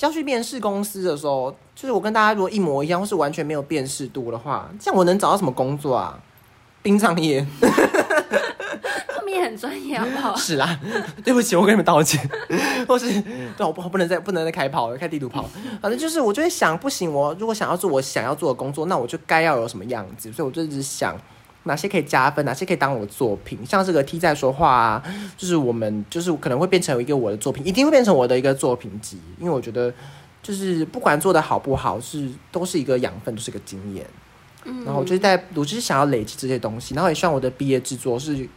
A: 要去面试公司的时候，就是我跟大家如果一模一样，或是完全没有辨识度的话，这样我能找到什么工作啊？殡葬业
B: 他们也很专业，好不好？
A: 是啦， 对不起，我跟你们道歉。或是对，我不我不能再不能再开跑了，开地图跑。反正就是我就会想，不行，我如果想要做我想要做的工作，那我就该要有什么样子。所以我就一直想。哪些可以加分，哪些可以当我的作品，像这个 T 在说话啊，就是我们就是可能会变成一个我的作品，一定会变成我的一个作品集，因为我觉得就是不管做的好不好，是都是一个养分，都是一个经验。
B: 嗯
A: 然后我就是在，我就是想要累积这些东西，然后也希望我的毕业制作是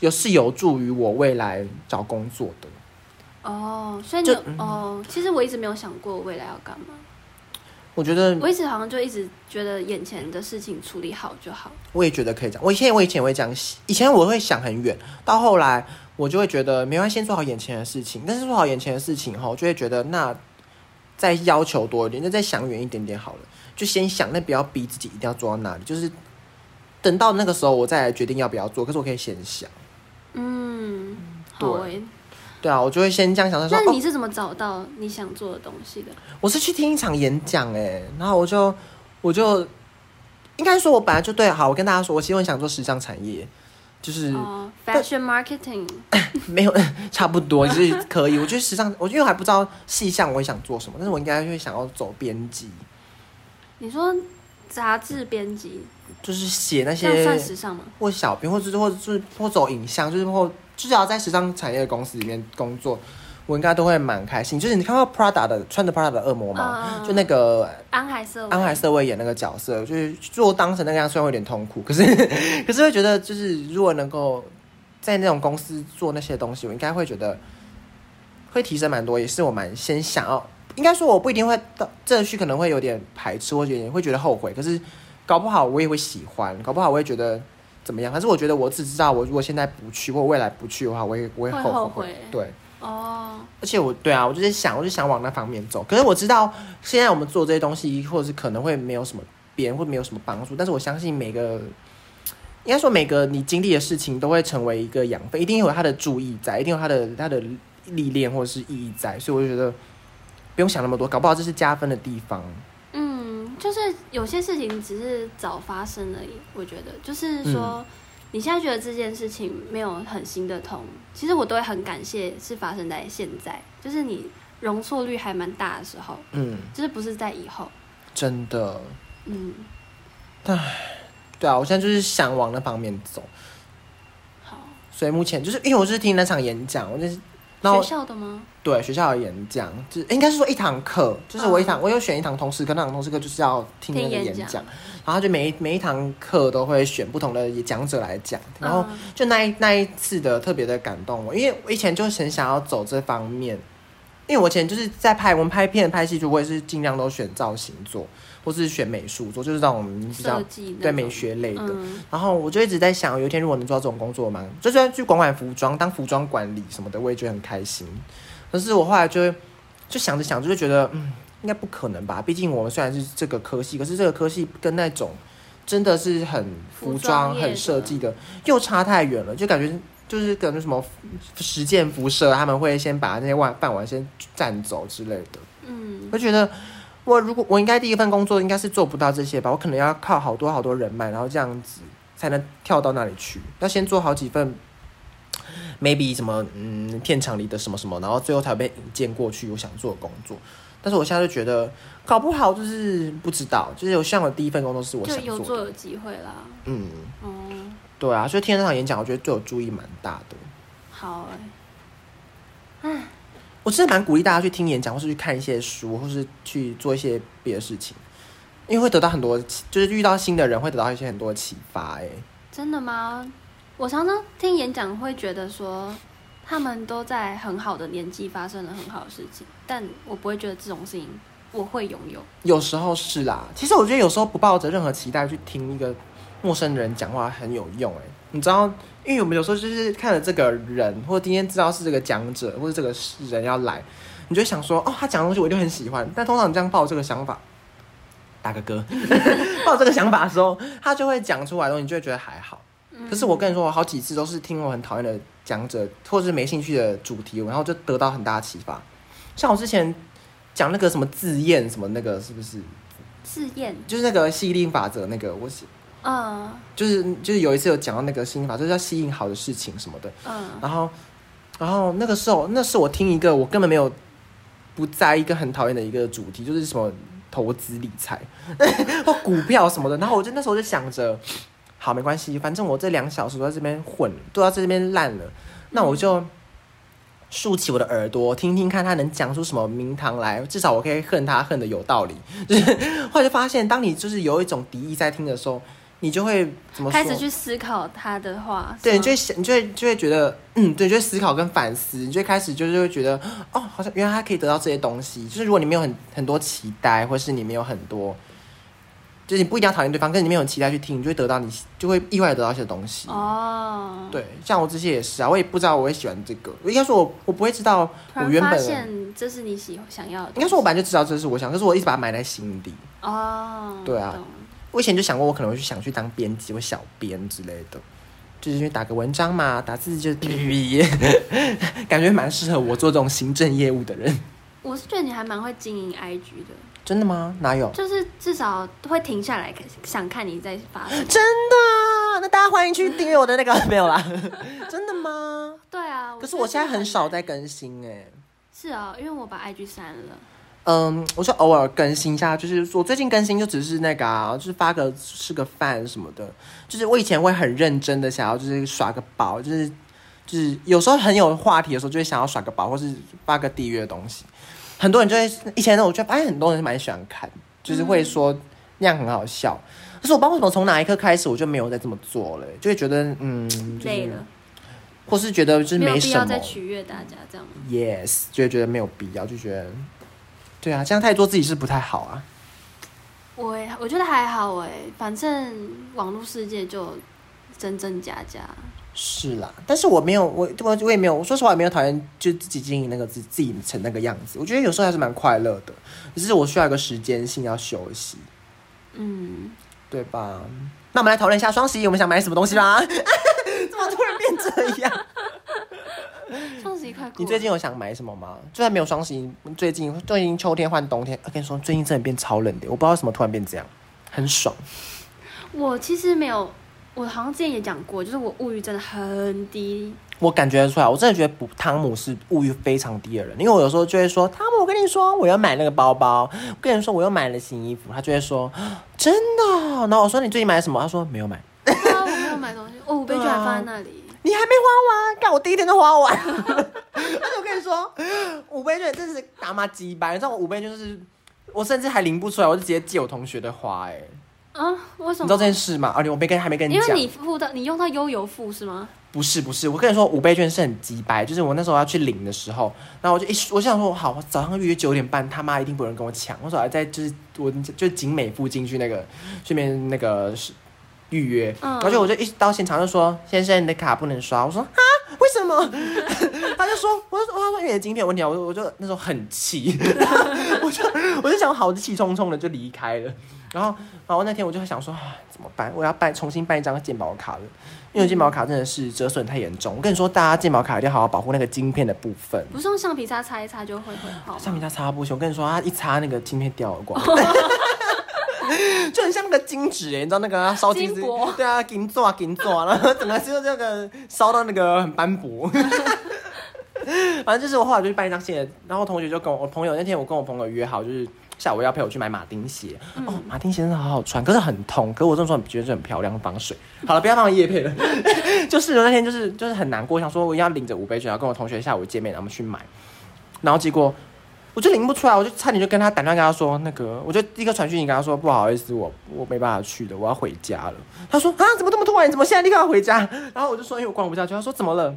A: 有是有助于我未来找工作的。
B: 哦，所以你
A: 就嗯
B: 有哦，其实我一直没有想过未来要干嘛。
A: 我觉得
B: 我一直好像就一直觉得眼前的事情处理好就好。
A: 我也觉得可以这样。我以前我以前也会这样，以前我会想很远，到后来我就会觉得没关系，先做好眼前的事情。但是做好眼前的事情后，就会觉得那再要求多一点，就再想远一点点好了。就先想，但不要逼自己一定要做到哪里，就是等到那个时候我再来决定要不要做。可是我可以先想，
B: 嗯，好
A: 对
B: 诶。
A: 对啊，我就会先这样想，他说
B: 那
A: 哦
B: 你是怎么找到你想做的东西的？
A: 我是去听一场演讲哎、然后我就我就应该说，我本来就对好，我跟大家说，我其实很想做时尚产业，就是、
B: 哦，fashion marketing。
A: 没有 差不多，就是可以。我觉 得时尚，我因为我还不知道细项我会想做什么，但是我应该会想要走编辑，
B: 你说杂志编辑，
A: 就是写那
B: 这样
A: 些
B: 算时尚吗？
A: 或小编，或者是或者是或走影像，就是或至少在时尚产业的公司里面工作，我应该都会蛮开心。就是你看过 Prada 的穿着 Prada 的恶魔吗？
B: 嗯
A: 就那个
B: 安海瑟薇，
A: 安海瑟薇演那个角色，就是做当成那个样，虽然会有点痛苦，可是可是会觉得，就是如果能够在那种公司做那些东西，我应该会觉得会提升蛮多，也是我蛮先想要。应该说我不一定会到这去，可能会有点排斥，或者有点会觉得后悔。可是搞不好我也会喜欢，搞不好我也觉得怎么样。但是我觉得我只知道，我如果现在不去，或未来不去的话，我也我也
B: 会
A: 后
B: 后悔
A: 对，
B: 哦，
A: 而且我对啊，我就是想，我就想往那方面走。可是我知道现在我们做这些东西，或者是可能会没有什么别人会没有什么帮助，但是我相信每个。应该说，每个你经历的事情都会成为一个养分，一定有它的注意在，一定有它的它的历练或者是意义在，所以我就觉得不用想那么多，搞不好这是加分的地方。
B: 嗯，就是有些事情只是早发生而已。我觉得，就是
A: 嗯
B: 说、你现在觉得这件事情没有很行得通，其实我都会很感谢是发生在现在，就是你容错率还蛮大的时候，
A: 嗯，
B: 就是不是在以后。
A: 真的，
B: 嗯，
A: 对啊，我现在就是想往那方面走，
B: 好，
A: 所以目前就是因为我是听那场演讲，我就是，然后
B: 学校的吗？
A: 对学校的演讲，就是应该是说一堂课，就是我一堂、
B: 嗯
A: 我有选一堂通识课，那堂通识课就是要听那个
B: 听演
A: 演
B: 讲
A: 讲，然后就每一每一堂课都会选不同的讲者来讲，然后
B: 嗯
A: 就那一那一次的特别的感动我，因为我以前就是很想要走这方面，因为我以前就是在拍我们拍片拍戏剧，我也是尽量都选造型做，或是选美术做，就是让我们比较
B: 设计那
A: 对
B: 种
A: 美学类的。
B: 嗯
A: 然后我就一直在想，有一天如果能做到这种工作嘛，就算去管管服装，当服装管理什么的，我也觉得很开心。可是我后来就会就想着想着，就觉得嗯，应该不可能吧？毕竟我们虽然是这个科系，可是这个科系跟那种真的是很服
B: 服装
A: 装、
B: 业的
A: 很设计的又差太远了，就感觉。就是感觉什么实践辐射，他们会先把那些饭饭碗先占走之类的。
B: 嗯，
A: 我觉得我如果我应该第一份工作应该是做不到这些吧，我可能要靠好多好多人脉，然后这样子才能跳到那里去。要先做好几份，maybe 什么嗯片场里的什么什么，然后最后才被引荐过去我想做的工作。但是我现在就觉得搞不好就是不知道，就是我像我第一份工作是我
B: 就
A: 想
B: 有
A: 做
B: 做
A: 的，
B: 有机会啦。
A: 嗯，
B: 哦，
A: 对啊，所以听了那场演讲，我觉得对我注意蛮大的。
B: 好、欸，
A: 我真的蛮鼓励大家去听演讲，或是去看一些书，或是去做一些别的事情，因为会得到很多启，就是遇到新的人会得到一些很多启发、欸。
B: 真的吗？我常常听演讲会觉得说，他们都在很好的年纪发生了很好的事情，但我不会觉得这种事情我会拥有。
A: 有时候是啦，其实我觉得有时候不抱着任何期待去听一个陌生人讲话很有用、欸。你知道，因为我们有时候就是看了这个人，或者今天知道是这个讲者，或者这个人要来，你就会想说，哦，他讲的东西我就很喜欢。但通常你这样抱这个想法，打个嗝， 抱这个想法的时候，他就会讲出来的东西，你就会觉得还好。
B: 嗯
A: 可是我跟你说，我好几次都是听我很讨厌的讲者，或者是没兴趣的主题，然后就得到很大的启发。像我之前讲那个什么自验什么那个，是不是
B: 试验，
A: 就是那个吸引力法则那个？我是
B: 嗯
A: 就是就是有一次有讲到那个吸引力法则，就是要吸引好的事情什么的。
B: 嗯
A: 然后然后那个时候，那是我听一个我根本没有不在一个很讨厌的一个主题，就是什么投资理财 或股票什么的。然后我就那时候就想着，好没关系，反正我这两小时都在这边混，都在这边烂了，那我就。竖起我的耳朵，听听看他能讲出什么名堂来，至少我可以恨他恨的有道理。 就是后来就发现，当你就是有一种敌意在听的时候，你就会怎么说
B: 开始去思考他的话，
A: 对，
B: 是
A: 你
B: 吗
A: 就会想，你就会就会觉得，嗯，对，就会思考跟反思，你就会开始就是会觉得，哦，好像原来他可以得到这些东西。就是如果你没有很很多期待，或是你没有很多，就是你不一定要讨厌对方，但是你没有期待去听，你就会得到你就会意外地得到一些东西。
B: 哦，
A: 对，像我之前也是啊，我也不知道我会喜欢这个，应该说我我不会知道
B: 突
A: 我
B: 然
A: 原
B: 发
A: 本
B: 现这是你喜想要的东西，
A: 应该说我本来就知道这是我想，可是我一直把它埋在心底。
B: 哦，
A: 对啊
B: 懂
A: 我以前就想过，我可能会去想去当编辑或小编之类的，就是去打个文章嘛，打字就哔哔哔， 感觉蛮适合我做这种行政业务的人。
B: 我是觉得你还蛮会经营 IG 的，
A: 真的吗？哪有？
B: 就是至少会停下来看想看你在发什么。
A: 真的？那大家欢迎去订阅我的那个没有啦。 真的吗？
B: 对啊，
A: 可
B: 觉
A: 是
B: 得
A: 哦我现在
B: 这
A: 很
B: 难
A: 少在更新哎、
B: 是啊，因为我把 IG 删了。
A: 嗯，我就偶尔更新一下，就是我最近更新就只是那个啊，就是发个吃个饭什么的。就是我以前会很认真的想要就是耍个宝，就是就是有时候很有话题的时候，就会想要耍个宝，或是发个地狱的东西。很多人就会以前呢，我觉得发现很多人蛮喜欢看，就是会说那样很好笑。可是我不知道为什么从哪一刻开始，我就没有再这么做了、就会觉得嗯，就是
B: 累了，
A: 或是觉得就是
B: 没有
A: 没
B: 必
A: 什
B: 要
A: 么。
B: 再取悦大家这样。
A: Yes，就会觉得没有必要，就觉得，对啊，这样太做自己是不太好啊。
B: 我也我觉得还好哎，反正网络世界就真真假假，
A: 是啦，但是我没有，我我我也没有，我说实话也没有讨厌，就自己经营那个自自己成那个样子，我觉得有时候还是蛮快乐的，只是我需要一个时间性要休息，
B: 嗯，
A: 对吧？那我们来讨论一下双十一，我们想买什么东西啦？ 怎么突然变这样？
B: 双十一快过了，
A: 你最近有想买什么吗？就算没有双十一，最近最近秋天换冬天，我跟你说，最近真的变超冷的，我不知道为什么突然变这样，很爽。
B: 我其实没有，我好像之前也讲过，就是我物欲真的很低，
A: 我感觉得出来，我真的觉得不汤姆是物欲非常低的人，因为我有时候就会说，汤姆，我跟你说，我要买那个包包，我跟你说我又买了新衣服，他就会说，真的哦，然后我说你最近买什么？他说没有买，
B: 对啊，我没有买东西， 哦，我杯
A: 对啊
B: 卷还放在那里，
A: 你还没花完，干我第一天就花完， 而且我跟你说，五倍券真是打妈鸡掰，你知道我五倍券就是，我甚至还领不出来，我就直接借我同学的花、哎，
B: 啊，为什
A: 你知
B: 么？
A: 道这件事吗？啊，你我没跟还没跟你
B: 因
A: 讲，
B: 为你付到你用到悠游付是吗？
A: 不是不是，我跟你说，五倍券是很鸡掰，就是我那时候要去领的时候，然后我就一我想说，好，我早上预约九点半，他妈一定不有人跟我抢。我早还在就是我就景美附近去那个顺便那个是预约，
B: 嗯
A: 然后就我就一到现场就说，先生你的卡不能刷，我说啊为什么？他就说，我就说他说因为你的晶片有问题啊，我就我就那时候很气，我就我就想好气冲冲的就离开了，然后然后那天我就想说啊怎么办？我要办重新办一张健保卡了。因为健保卡真的是折损太严重。我跟你说，大家健保卡一定要好好保护那个晶片的部分。
B: 不是用橡皮擦擦一擦就会会好吗？
A: 橡皮擦擦不行，我跟你说，它一擦那个晶片掉了 光，就很像那个金纸哎，你知道那个烧金纸
B: 金箔，
A: 对啊，金做啊金做啊，然后整个就这个烧到那个很斑驳。 反正就是我后来就去办一张新的，然后我同学就跟我我朋友那天我跟我朋友约好，就是下午要陪我去买马丁鞋。
B: 嗯
A: 哦，马丁鞋真的好好穿，可是很痛，可是我这么说觉得这很漂亮，防水。好了，不要放叶片了。 就是我那天就是就是很难过，想说我要领着五杯酒，然后跟我同学下午见面，然后我们去买，然后结果我就领不出来，我就差点就跟他打电话跟他说那个，我就立刻传讯息跟他说不好意思，我我没办法去的，我要回家了。他说啊，怎么这么突然？你怎么现在立刻要回家？然后我就说因为哎我逛不下去。他说怎么了？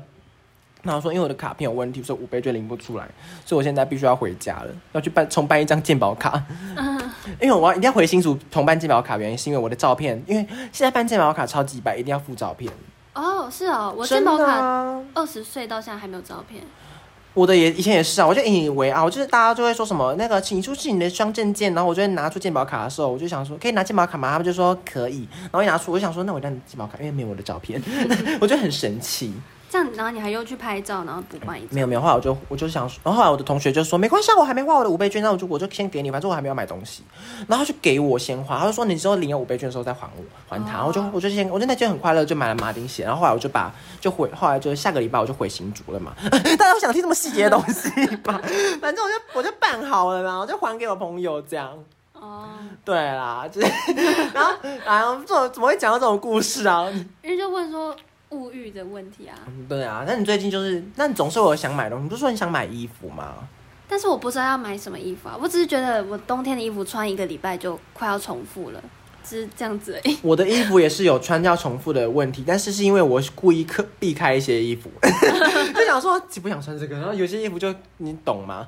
A: 然后我说因为我的卡片有问题，所以五杯就领不出来，所以我现在必须要回家了，要去办重办一张健保 卡。因为我要一定要回新竹重办健保卡，原因是因为我的照片，因为现在办健保卡超级白，一定要附照片。
B: 哦，是哦，我
A: 真
B: 健
A: 的
B: 保卡
A: 啊
B: 二十岁到现在还没有照片，
A: 我的也以前也是啊，我就引以为傲，就是大家就会说什么那个，请出示你的双证件，然后我就会拿出健保卡的时候，我就想说可以拿健保卡吗？他们就说可以，然后一拿出我就想说那我让你健保卡，因为没有我的照片， 我就很神奇。
B: 这样然后你还又去拍照，然后补办一张，
A: 没有没有，后来我就我就想说，哦然后后来我的同学就说没关系啊，我还没花我的五倍券，那我就我就先给你，反正我还没有买东西，然后他就给我先花，他就说你之后领了五倍券的时候再还我还他，
B: 哦
A: 我就我就先我就那天很快乐，就买了马丁鞋，然后后来我就把就回后来就下个礼拜我就回新竹了嘛， 大家有想听这么细节的东西吧？ 反正我就我就办好了啦，我就还给我朋友这样。
B: 哦，
A: 对啦，就是， 然后，然后这种怎么会讲到这种故事啊？
B: 因为就问说物欲的问题啊，
A: 对啊，那你最近就是，那你总是有想买东西，你不是说你想买衣服吗？
B: 但是我不知道要买什么衣服啊，我只是觉得我冬天的衣服穿一个礼拜就快要重复了，只是这样子而已。
A: 我的衣服也是有穿掉重复的问题，但是是因为我故意刻避开一些衣服， 就想说不想穿这个，然后有些衣服就你懂 吗？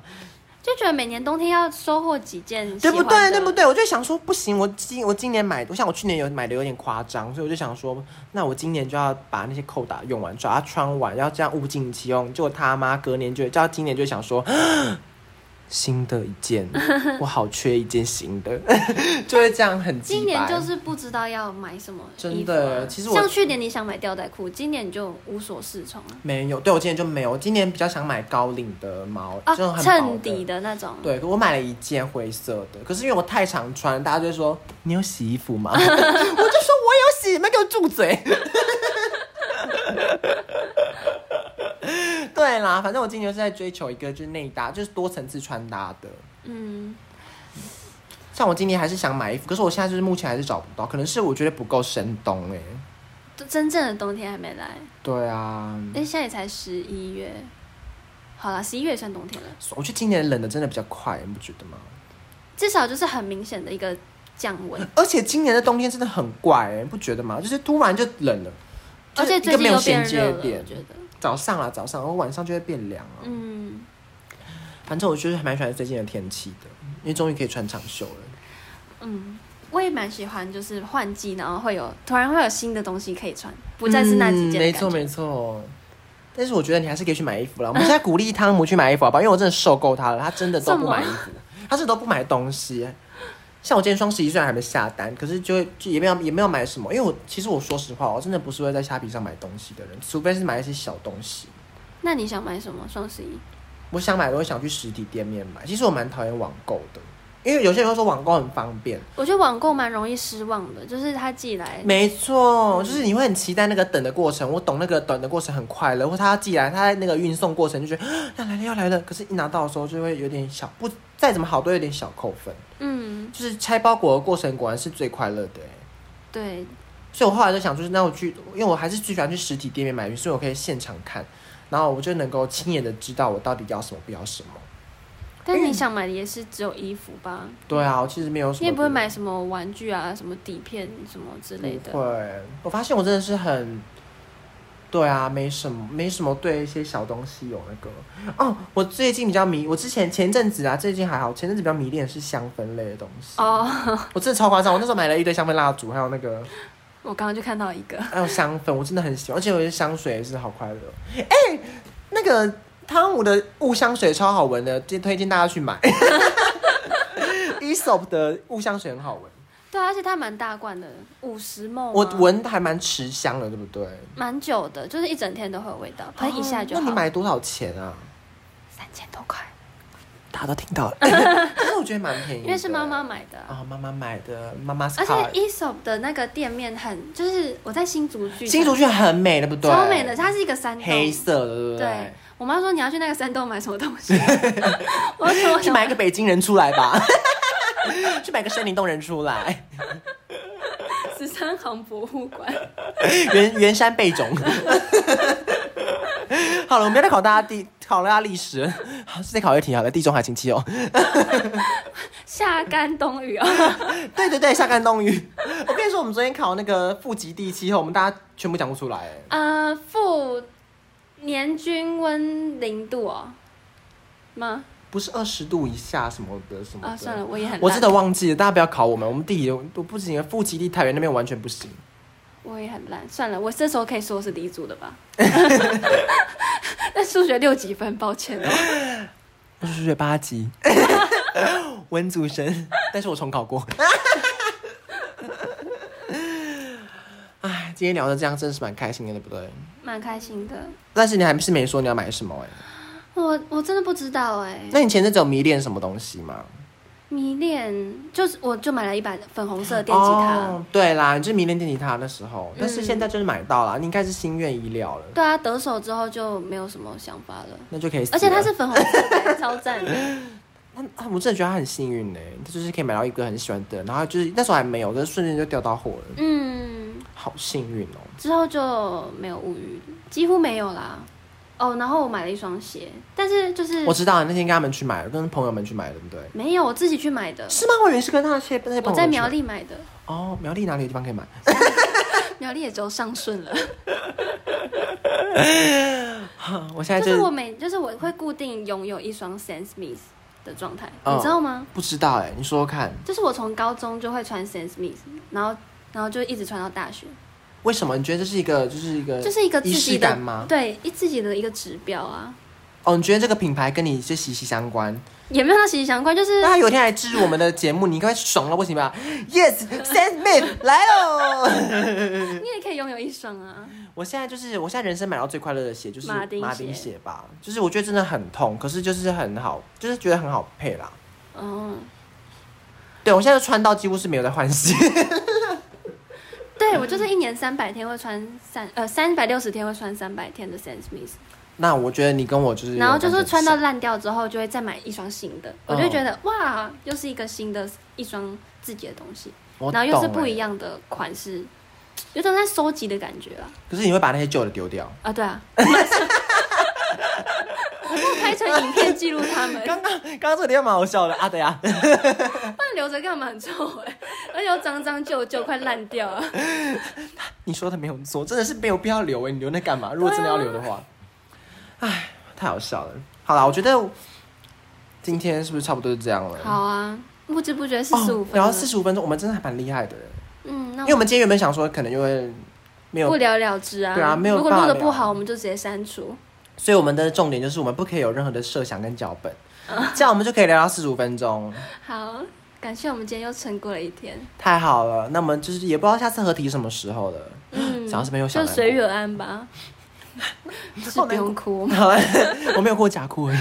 B: 就觉得每年冬天要收获几件喜
A: 对
B: 欢
A: 不
B: 的，
A: 对？对不对？我就想说不行，我今我今年买，我想我去年有买的有点夸张，所以我就想说，那我今年就要把那些扣打用完，把它穿完，要这样物尽其用。结果他妈隔年就，到今年就想说。 新的一 件，我好缺一件新的， 就会这样很鸡
B: 今年
A: 掰
B: 就是不知道要买什么
A: 真
B: 衣服啊、
A: 的其实我
B: 像去年你想买吊带裤，今年就无所适从啊了
A: 没有，对我今年就没有，我今年比较想买高领的毛，
B: 啊
A: 这种，很薄
B: 衬底。的那种。
A: 对，我买了一件灰色的，可是因为我太常穿，大家就会说你有洗衣服吗？ 我就说我有洗，你们给我住嘴。 对啦，反正我今年就是在追求一个就是内搭，就是多层次穿搭的。
B: 嗯，
A: 像我今年还是想买衣服，可是我现在就是目前还是找不到，可能是我觉得不够深冬哎、
B: 真正的冬天还没来，
A: 对啊，
B: 哎、现在也才十一月，好啦，十一月也算冬天了，
A: 我觉得今年冷的真的比较快，你不觉得吗？
B: 至少就是很明显的一个降 温，
A: 而且今年的冬天真的很怪、欸，你不觉得吗？就是突然就冷了，
B: 而且
A: 就是一
B: 最
A: 个
B: 近
A: 没有
B: 又
A: 衔
B: 变
A: 接
B: 热了，我
A: 点。
B: 觉得，
A: 早上啊，早上，然后晚上就会变凉啊。
B: 嗯，
A: 反正我就是还蛮喜欢最近的天气的，因为终于可以穿长袖了。
B: 嗯，我也蛮喜欢，就是换季，然后会有突然会有新的东西可以穿，不再是那几件
A: 嗯没
B: 的感
A: 错
B: 觉。
A: 没错。但是我觉得你还是可以去买衣服啦。 我们现在鼓励汤姆去买衣服好不好？因为我真的受够他了，他真的都不买衣服，他是都不买东西。像我今天双十一虽然还没下单，可是就会就也没有也没有买什么，因为我其实我说实话，我真的不是会在虾皮上买东西的人，除非是买一些小东西。
B: 那你想买什么？双十一？
A: 我想买，我会想去实体店面买。其实我蛮讨厌网购的，因为有些人会说网购很方便，
B: 我觉得网购蛮容易失望的，就是他寄来，
A: 没错，就是你会很期待那个等的过程。我懂那个等的过程很快乐，或他寄来，他在那个运送过程就觉得 啊要来了要来了，可是一拿到的时候就会有点小不，再怎么好都有点小扣分。
B: 嗯，
A: 就是拆包裹的过程果然是最快乐的欸、
B: 对，
A: 所以我后来就想，就是那我去，因为我还是最喜欢去实体店面买，所以我可以现场看，然后我就能够亲眼的知道我到底要什么不要什么。
B: 但你想买的也是只有衣服吧？
A: 对啊，我其实没有什么。
B: 你也不会买什么玩具啊、什么底片什么之类
A: 不
B: 的。
A: 会，我发现我真的是很，对啊，没什么，没什么对一些小东西有那个。哦，我最近比较迷，我之前前阵子啊，最近还好，前阵子比较迷恋的是香氛类的东西。
B: 哦，
A: 我真的超夸张，我那时候买了一堆香氛蜡烛，还有那个，
B: 我刚刚就看到一个，
A: 还有香氛，我真的很喜欢，而且我觉得香水也是好快乐。哎、那个汤姆的雾香水超好闻的，推推荐大家去买。Esop 的雾香水很好闻，
B: 对啊，而且它蛮大罐的，五十梦。啊
A: 我闻得还蛮持香的，对不对？
B: 蛮久的，就是一整天都会有味道，喷一下就
A: 哦那
B: 好。
A: 你买多少钱啊？
B: 三千多块，
A: 大家都听 到了，可是我觉得蛮便宜的，
B: 因为是妈妈买的啊。
A: 啊，妈妈买的，妈妈
B: 而且
A: card
B: ESOP 的那个店面很，就是我在新竹剧，
A: 新竹券很美，对不对？
B: 超美的，，它是一个山洞。
A: 黑色的，对不
B: 对
A: 对？，
B: 我妈说你要去那个山洞买什 么东西，我说我
A: 去
B: 想
A: 买一个北京人出来 吧，去买个森林洞人出来，
B: 十三行博物馆。
A: 圆圆山贝种。 好了，我们不要再考大家地，考大家历史了，好，再考一题好了，地中海亲戚哦。
B: 下甘冬雨哦，
A: 对对对，下干冬雨。我跟你说，我们昨天考那个富极地气候，我们大家全部讲不出来。哎
B: 呃，负年均温零度哦，吗？
A: 不是二十度以下什么的什么的。
B: 啊，算了，我也很，
A: 我真的，忘记了，大家不要考我们，我们地理都不行，富吉地太原那边完全不行。
B: 我也很烂，算了，我这时候可以说是离组的 吧。 但数学六几分，抱歉哦。
A: 我是数学八 级，文祖神， 但是我重考过。哎，今天聊的这样真的是蛮开心的，对不对？
B: 蛮开心的，
A: 但是你还是没说你要买什么哎、
B: 我我真的不知道哎、
A: 那你前阵子有迷恋什么东西吗？
B: 迷恋就是我就买了一把粉红色的电吉他，嗯
A: 哦对啦，你就是迷恋电吉他那时候，但是现在就是买到了，你应该是心愿已了了，
B: 对啊，得手之后就没有什么想法了，
A: 那就可以死了。
B: 而且它是粉红色的，超 赞的，
A: 他他，我真的觉得他很幸运呢、他就是可以买到一个很喜欢的，然后就是那时候还没有，可是瞬间就钓到货了，
B: 嗯，
A: 好幸运哦、
B: 之后就没有物欲，几乎没有啦。哦，然后我买了一双鞋，但是就是
A: 我知道那天跟他们去买，跟朋友们去买，对不对？
B: 没有我自己去买的，
A: 是吗？我以为是跟那些那些朋友
B: 我
A: 们
B: 在
A: 去
B: 苗
A: 买
B: 栗买的，
A: 哦，苗栗哪里有地方可以买？
B: 苗栗也只有上顺了。
A: 哈嗯我现在
B: 就是
A: 就
B: 我每就是我会固定拥有一双 Sam Smith 的状态，
A: 哦
B: 你知道吗？
A: 不知道哎、你说说看，
B: 就是我从高中就会穿 Sam Smith，然后然后就一直穿到大学，
A: 为什么你觉得这是一个就是一个
B: 就是一个自
A: 呃仪式
B: 己的
A: 感吗？
B: 对，一自己的一个指标啊，
A: 哦，你觉得这个品牌跟你是息息相关？
B: 也没有到息息相关，就是
A: 那他有一天来支持我们的节目，你应该爽了不行吧？Yes，Sam Smith 来哦喽！
B: 你也可以拥有一双啊。
A: 我现在就是，我现在人生买到最快乐的鞋就是
B: 马丁鞋
A: 马丁鞋吧，就是我觉得真的很痛，可是就是很好，就是觉得很好配啦。
B: 嗯，
A: 对我现在穿到几乎是没有在换鞋，
B: 对我就是一年三百天会穿三呃三百六十天会穿三百天的 Sam Smith，
A: 那我觉得你跟我就是有哦
B: 然后就
A: 感
B: 是
A: 觉
B: 穿到
A: 像
B: 烂掉之后就会再买一双新的，我就觉得哇，又是一个新的一双自己的东西，
A: 我
B: 然后又是
A: 懂欸
B: 不一样的款式，有种在收集的感觉啦。
A: 欸可是你会把那些旧的丢掉。
B: 啊，对啊，我拍成影片记录他 们，
A: 刚刚刚刚这个地方蛮好笑的啊，对呀、
B: 不然留着干嘛？很臭哎、而且又脏脏旧旧，快烂掉了。
A: 你说的没有错，真的是没有必要留诶，欸你留那干嘛？如果真的要留的话，哎，太好笑了。好啦，我觉得今天是不是差不多就这样了？
B: 好啊，不知不觉四十五
A: 哦
B: 分
A: 聊到
B: 了。
A: 四十五分钟，我们真的还蛮厉害的耶。
B: 嗯，那
A: 因为我们今天原本想说可能就会没有
B: 不了了之啊。
A: 对啊没有
B: 如果
A: 办法
B: 录的
A: 聊
B: 不好，我们就直接删除。
A: 所以我们的重点就是我们不可以有任何的设想跟脚本，
B: 嗯
A: 这样我们就可以聊到四十五分钟，
B: 好，感谢我们今天又撑过了一天。
A: 太好了。那么就是也不知道下次合体什么时候了，
B: 嗯，
A: 想到是没有想
B: 就
A: 难过
B: 随缘安吧，就是不 用哭。
A: 好了，我没有过假哭而已。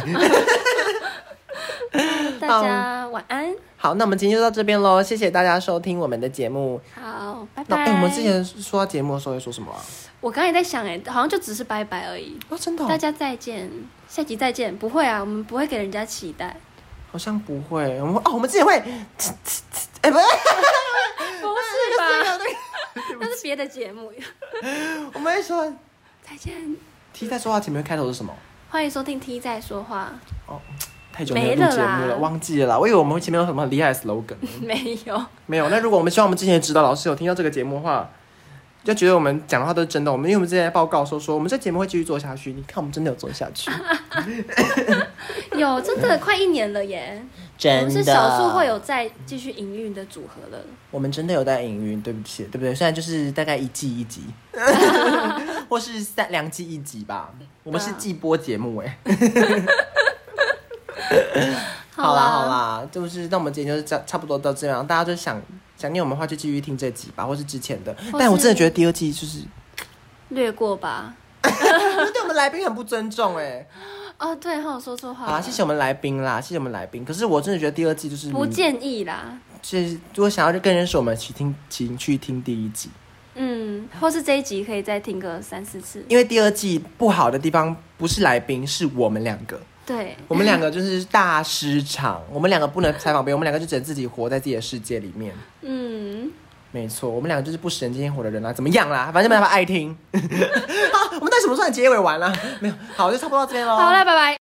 B: 大家晚安，
A: 好，那我们今天就到这边喽，谢谢大家收听我们的节目。
B: 好，拜
A: 那
B: 拜。
A: 哎、我们之前说到节目的时候会说什么啊？
B: 我刚才在想，哎，好像就只是拜拜而已。
A: 哦，真的哦、
B: 大家再见，下集再见。不会啊，我们不会给人家期待，
A: 好像不会，我们哦，我们之前会，哎、不是，
B: 不是吧？ 那是别的节目。
A: 我们会说
B: 再见，
A: T 在说话前面开头是什么？
B: 欢迎收听 T 在说话。
A: 太久没有
B: 没
A: 录
B: 了
A: 节
B: 啦
A: 目了，忘记了啦。我以为我们前面有什么很厉害的 slogan，
B: 没有，
A: 没有。那如果我们希望我们之前的指导老师有听到这个节目的话，就觉得我们讲的话都是真的。我们因为我们之前在报告说说我们这节目会继续做下去，你看我们真的有做下去，
B: 有真的快一年了耶。我们是少数会有再继续营运的组合了。
A: 我们真的有在营运，对不起，对不对？虽然就是大概一季一集，或是三两季一集吧。我们是季播节目哎、好啦好，啦，就是那我们今天就是差差不多到这样，大家就想想念我们的话就继续听这集吧，或是之前的。
B: 或
A: 但我真的
B: 是
A: 觉得第二季就是，
B: 略过吧。
A: 就是对我们来宾很不尊重哎、
B: 哦，对，还有说错话。
A: 好啦，谢谢。我们来宾啦，谢谢我们来宾。可是我真的觉得第二季就是
B: 不，建议啦。
A: 就是如果想要更认识我们，请听请去听第一季，
B: 嗯，或是这一集可以再听个三四次。
A: 因为第二季不好的地方不是来宾，是我们两个。
B: 对，
A: 我们两个就是大失常，我们两个不能采访别人，我们两个就只能自己活在自己的世界里面。
B: 嗯，没
A: 没错，我们两个就是不食人间烟火的人啦、啊怎么样啦？反正 啊没办法爱听。好，我们到底什么时候结尾完啦、没有，好，就差不多到这边喽。
B: 好啦，拜拜。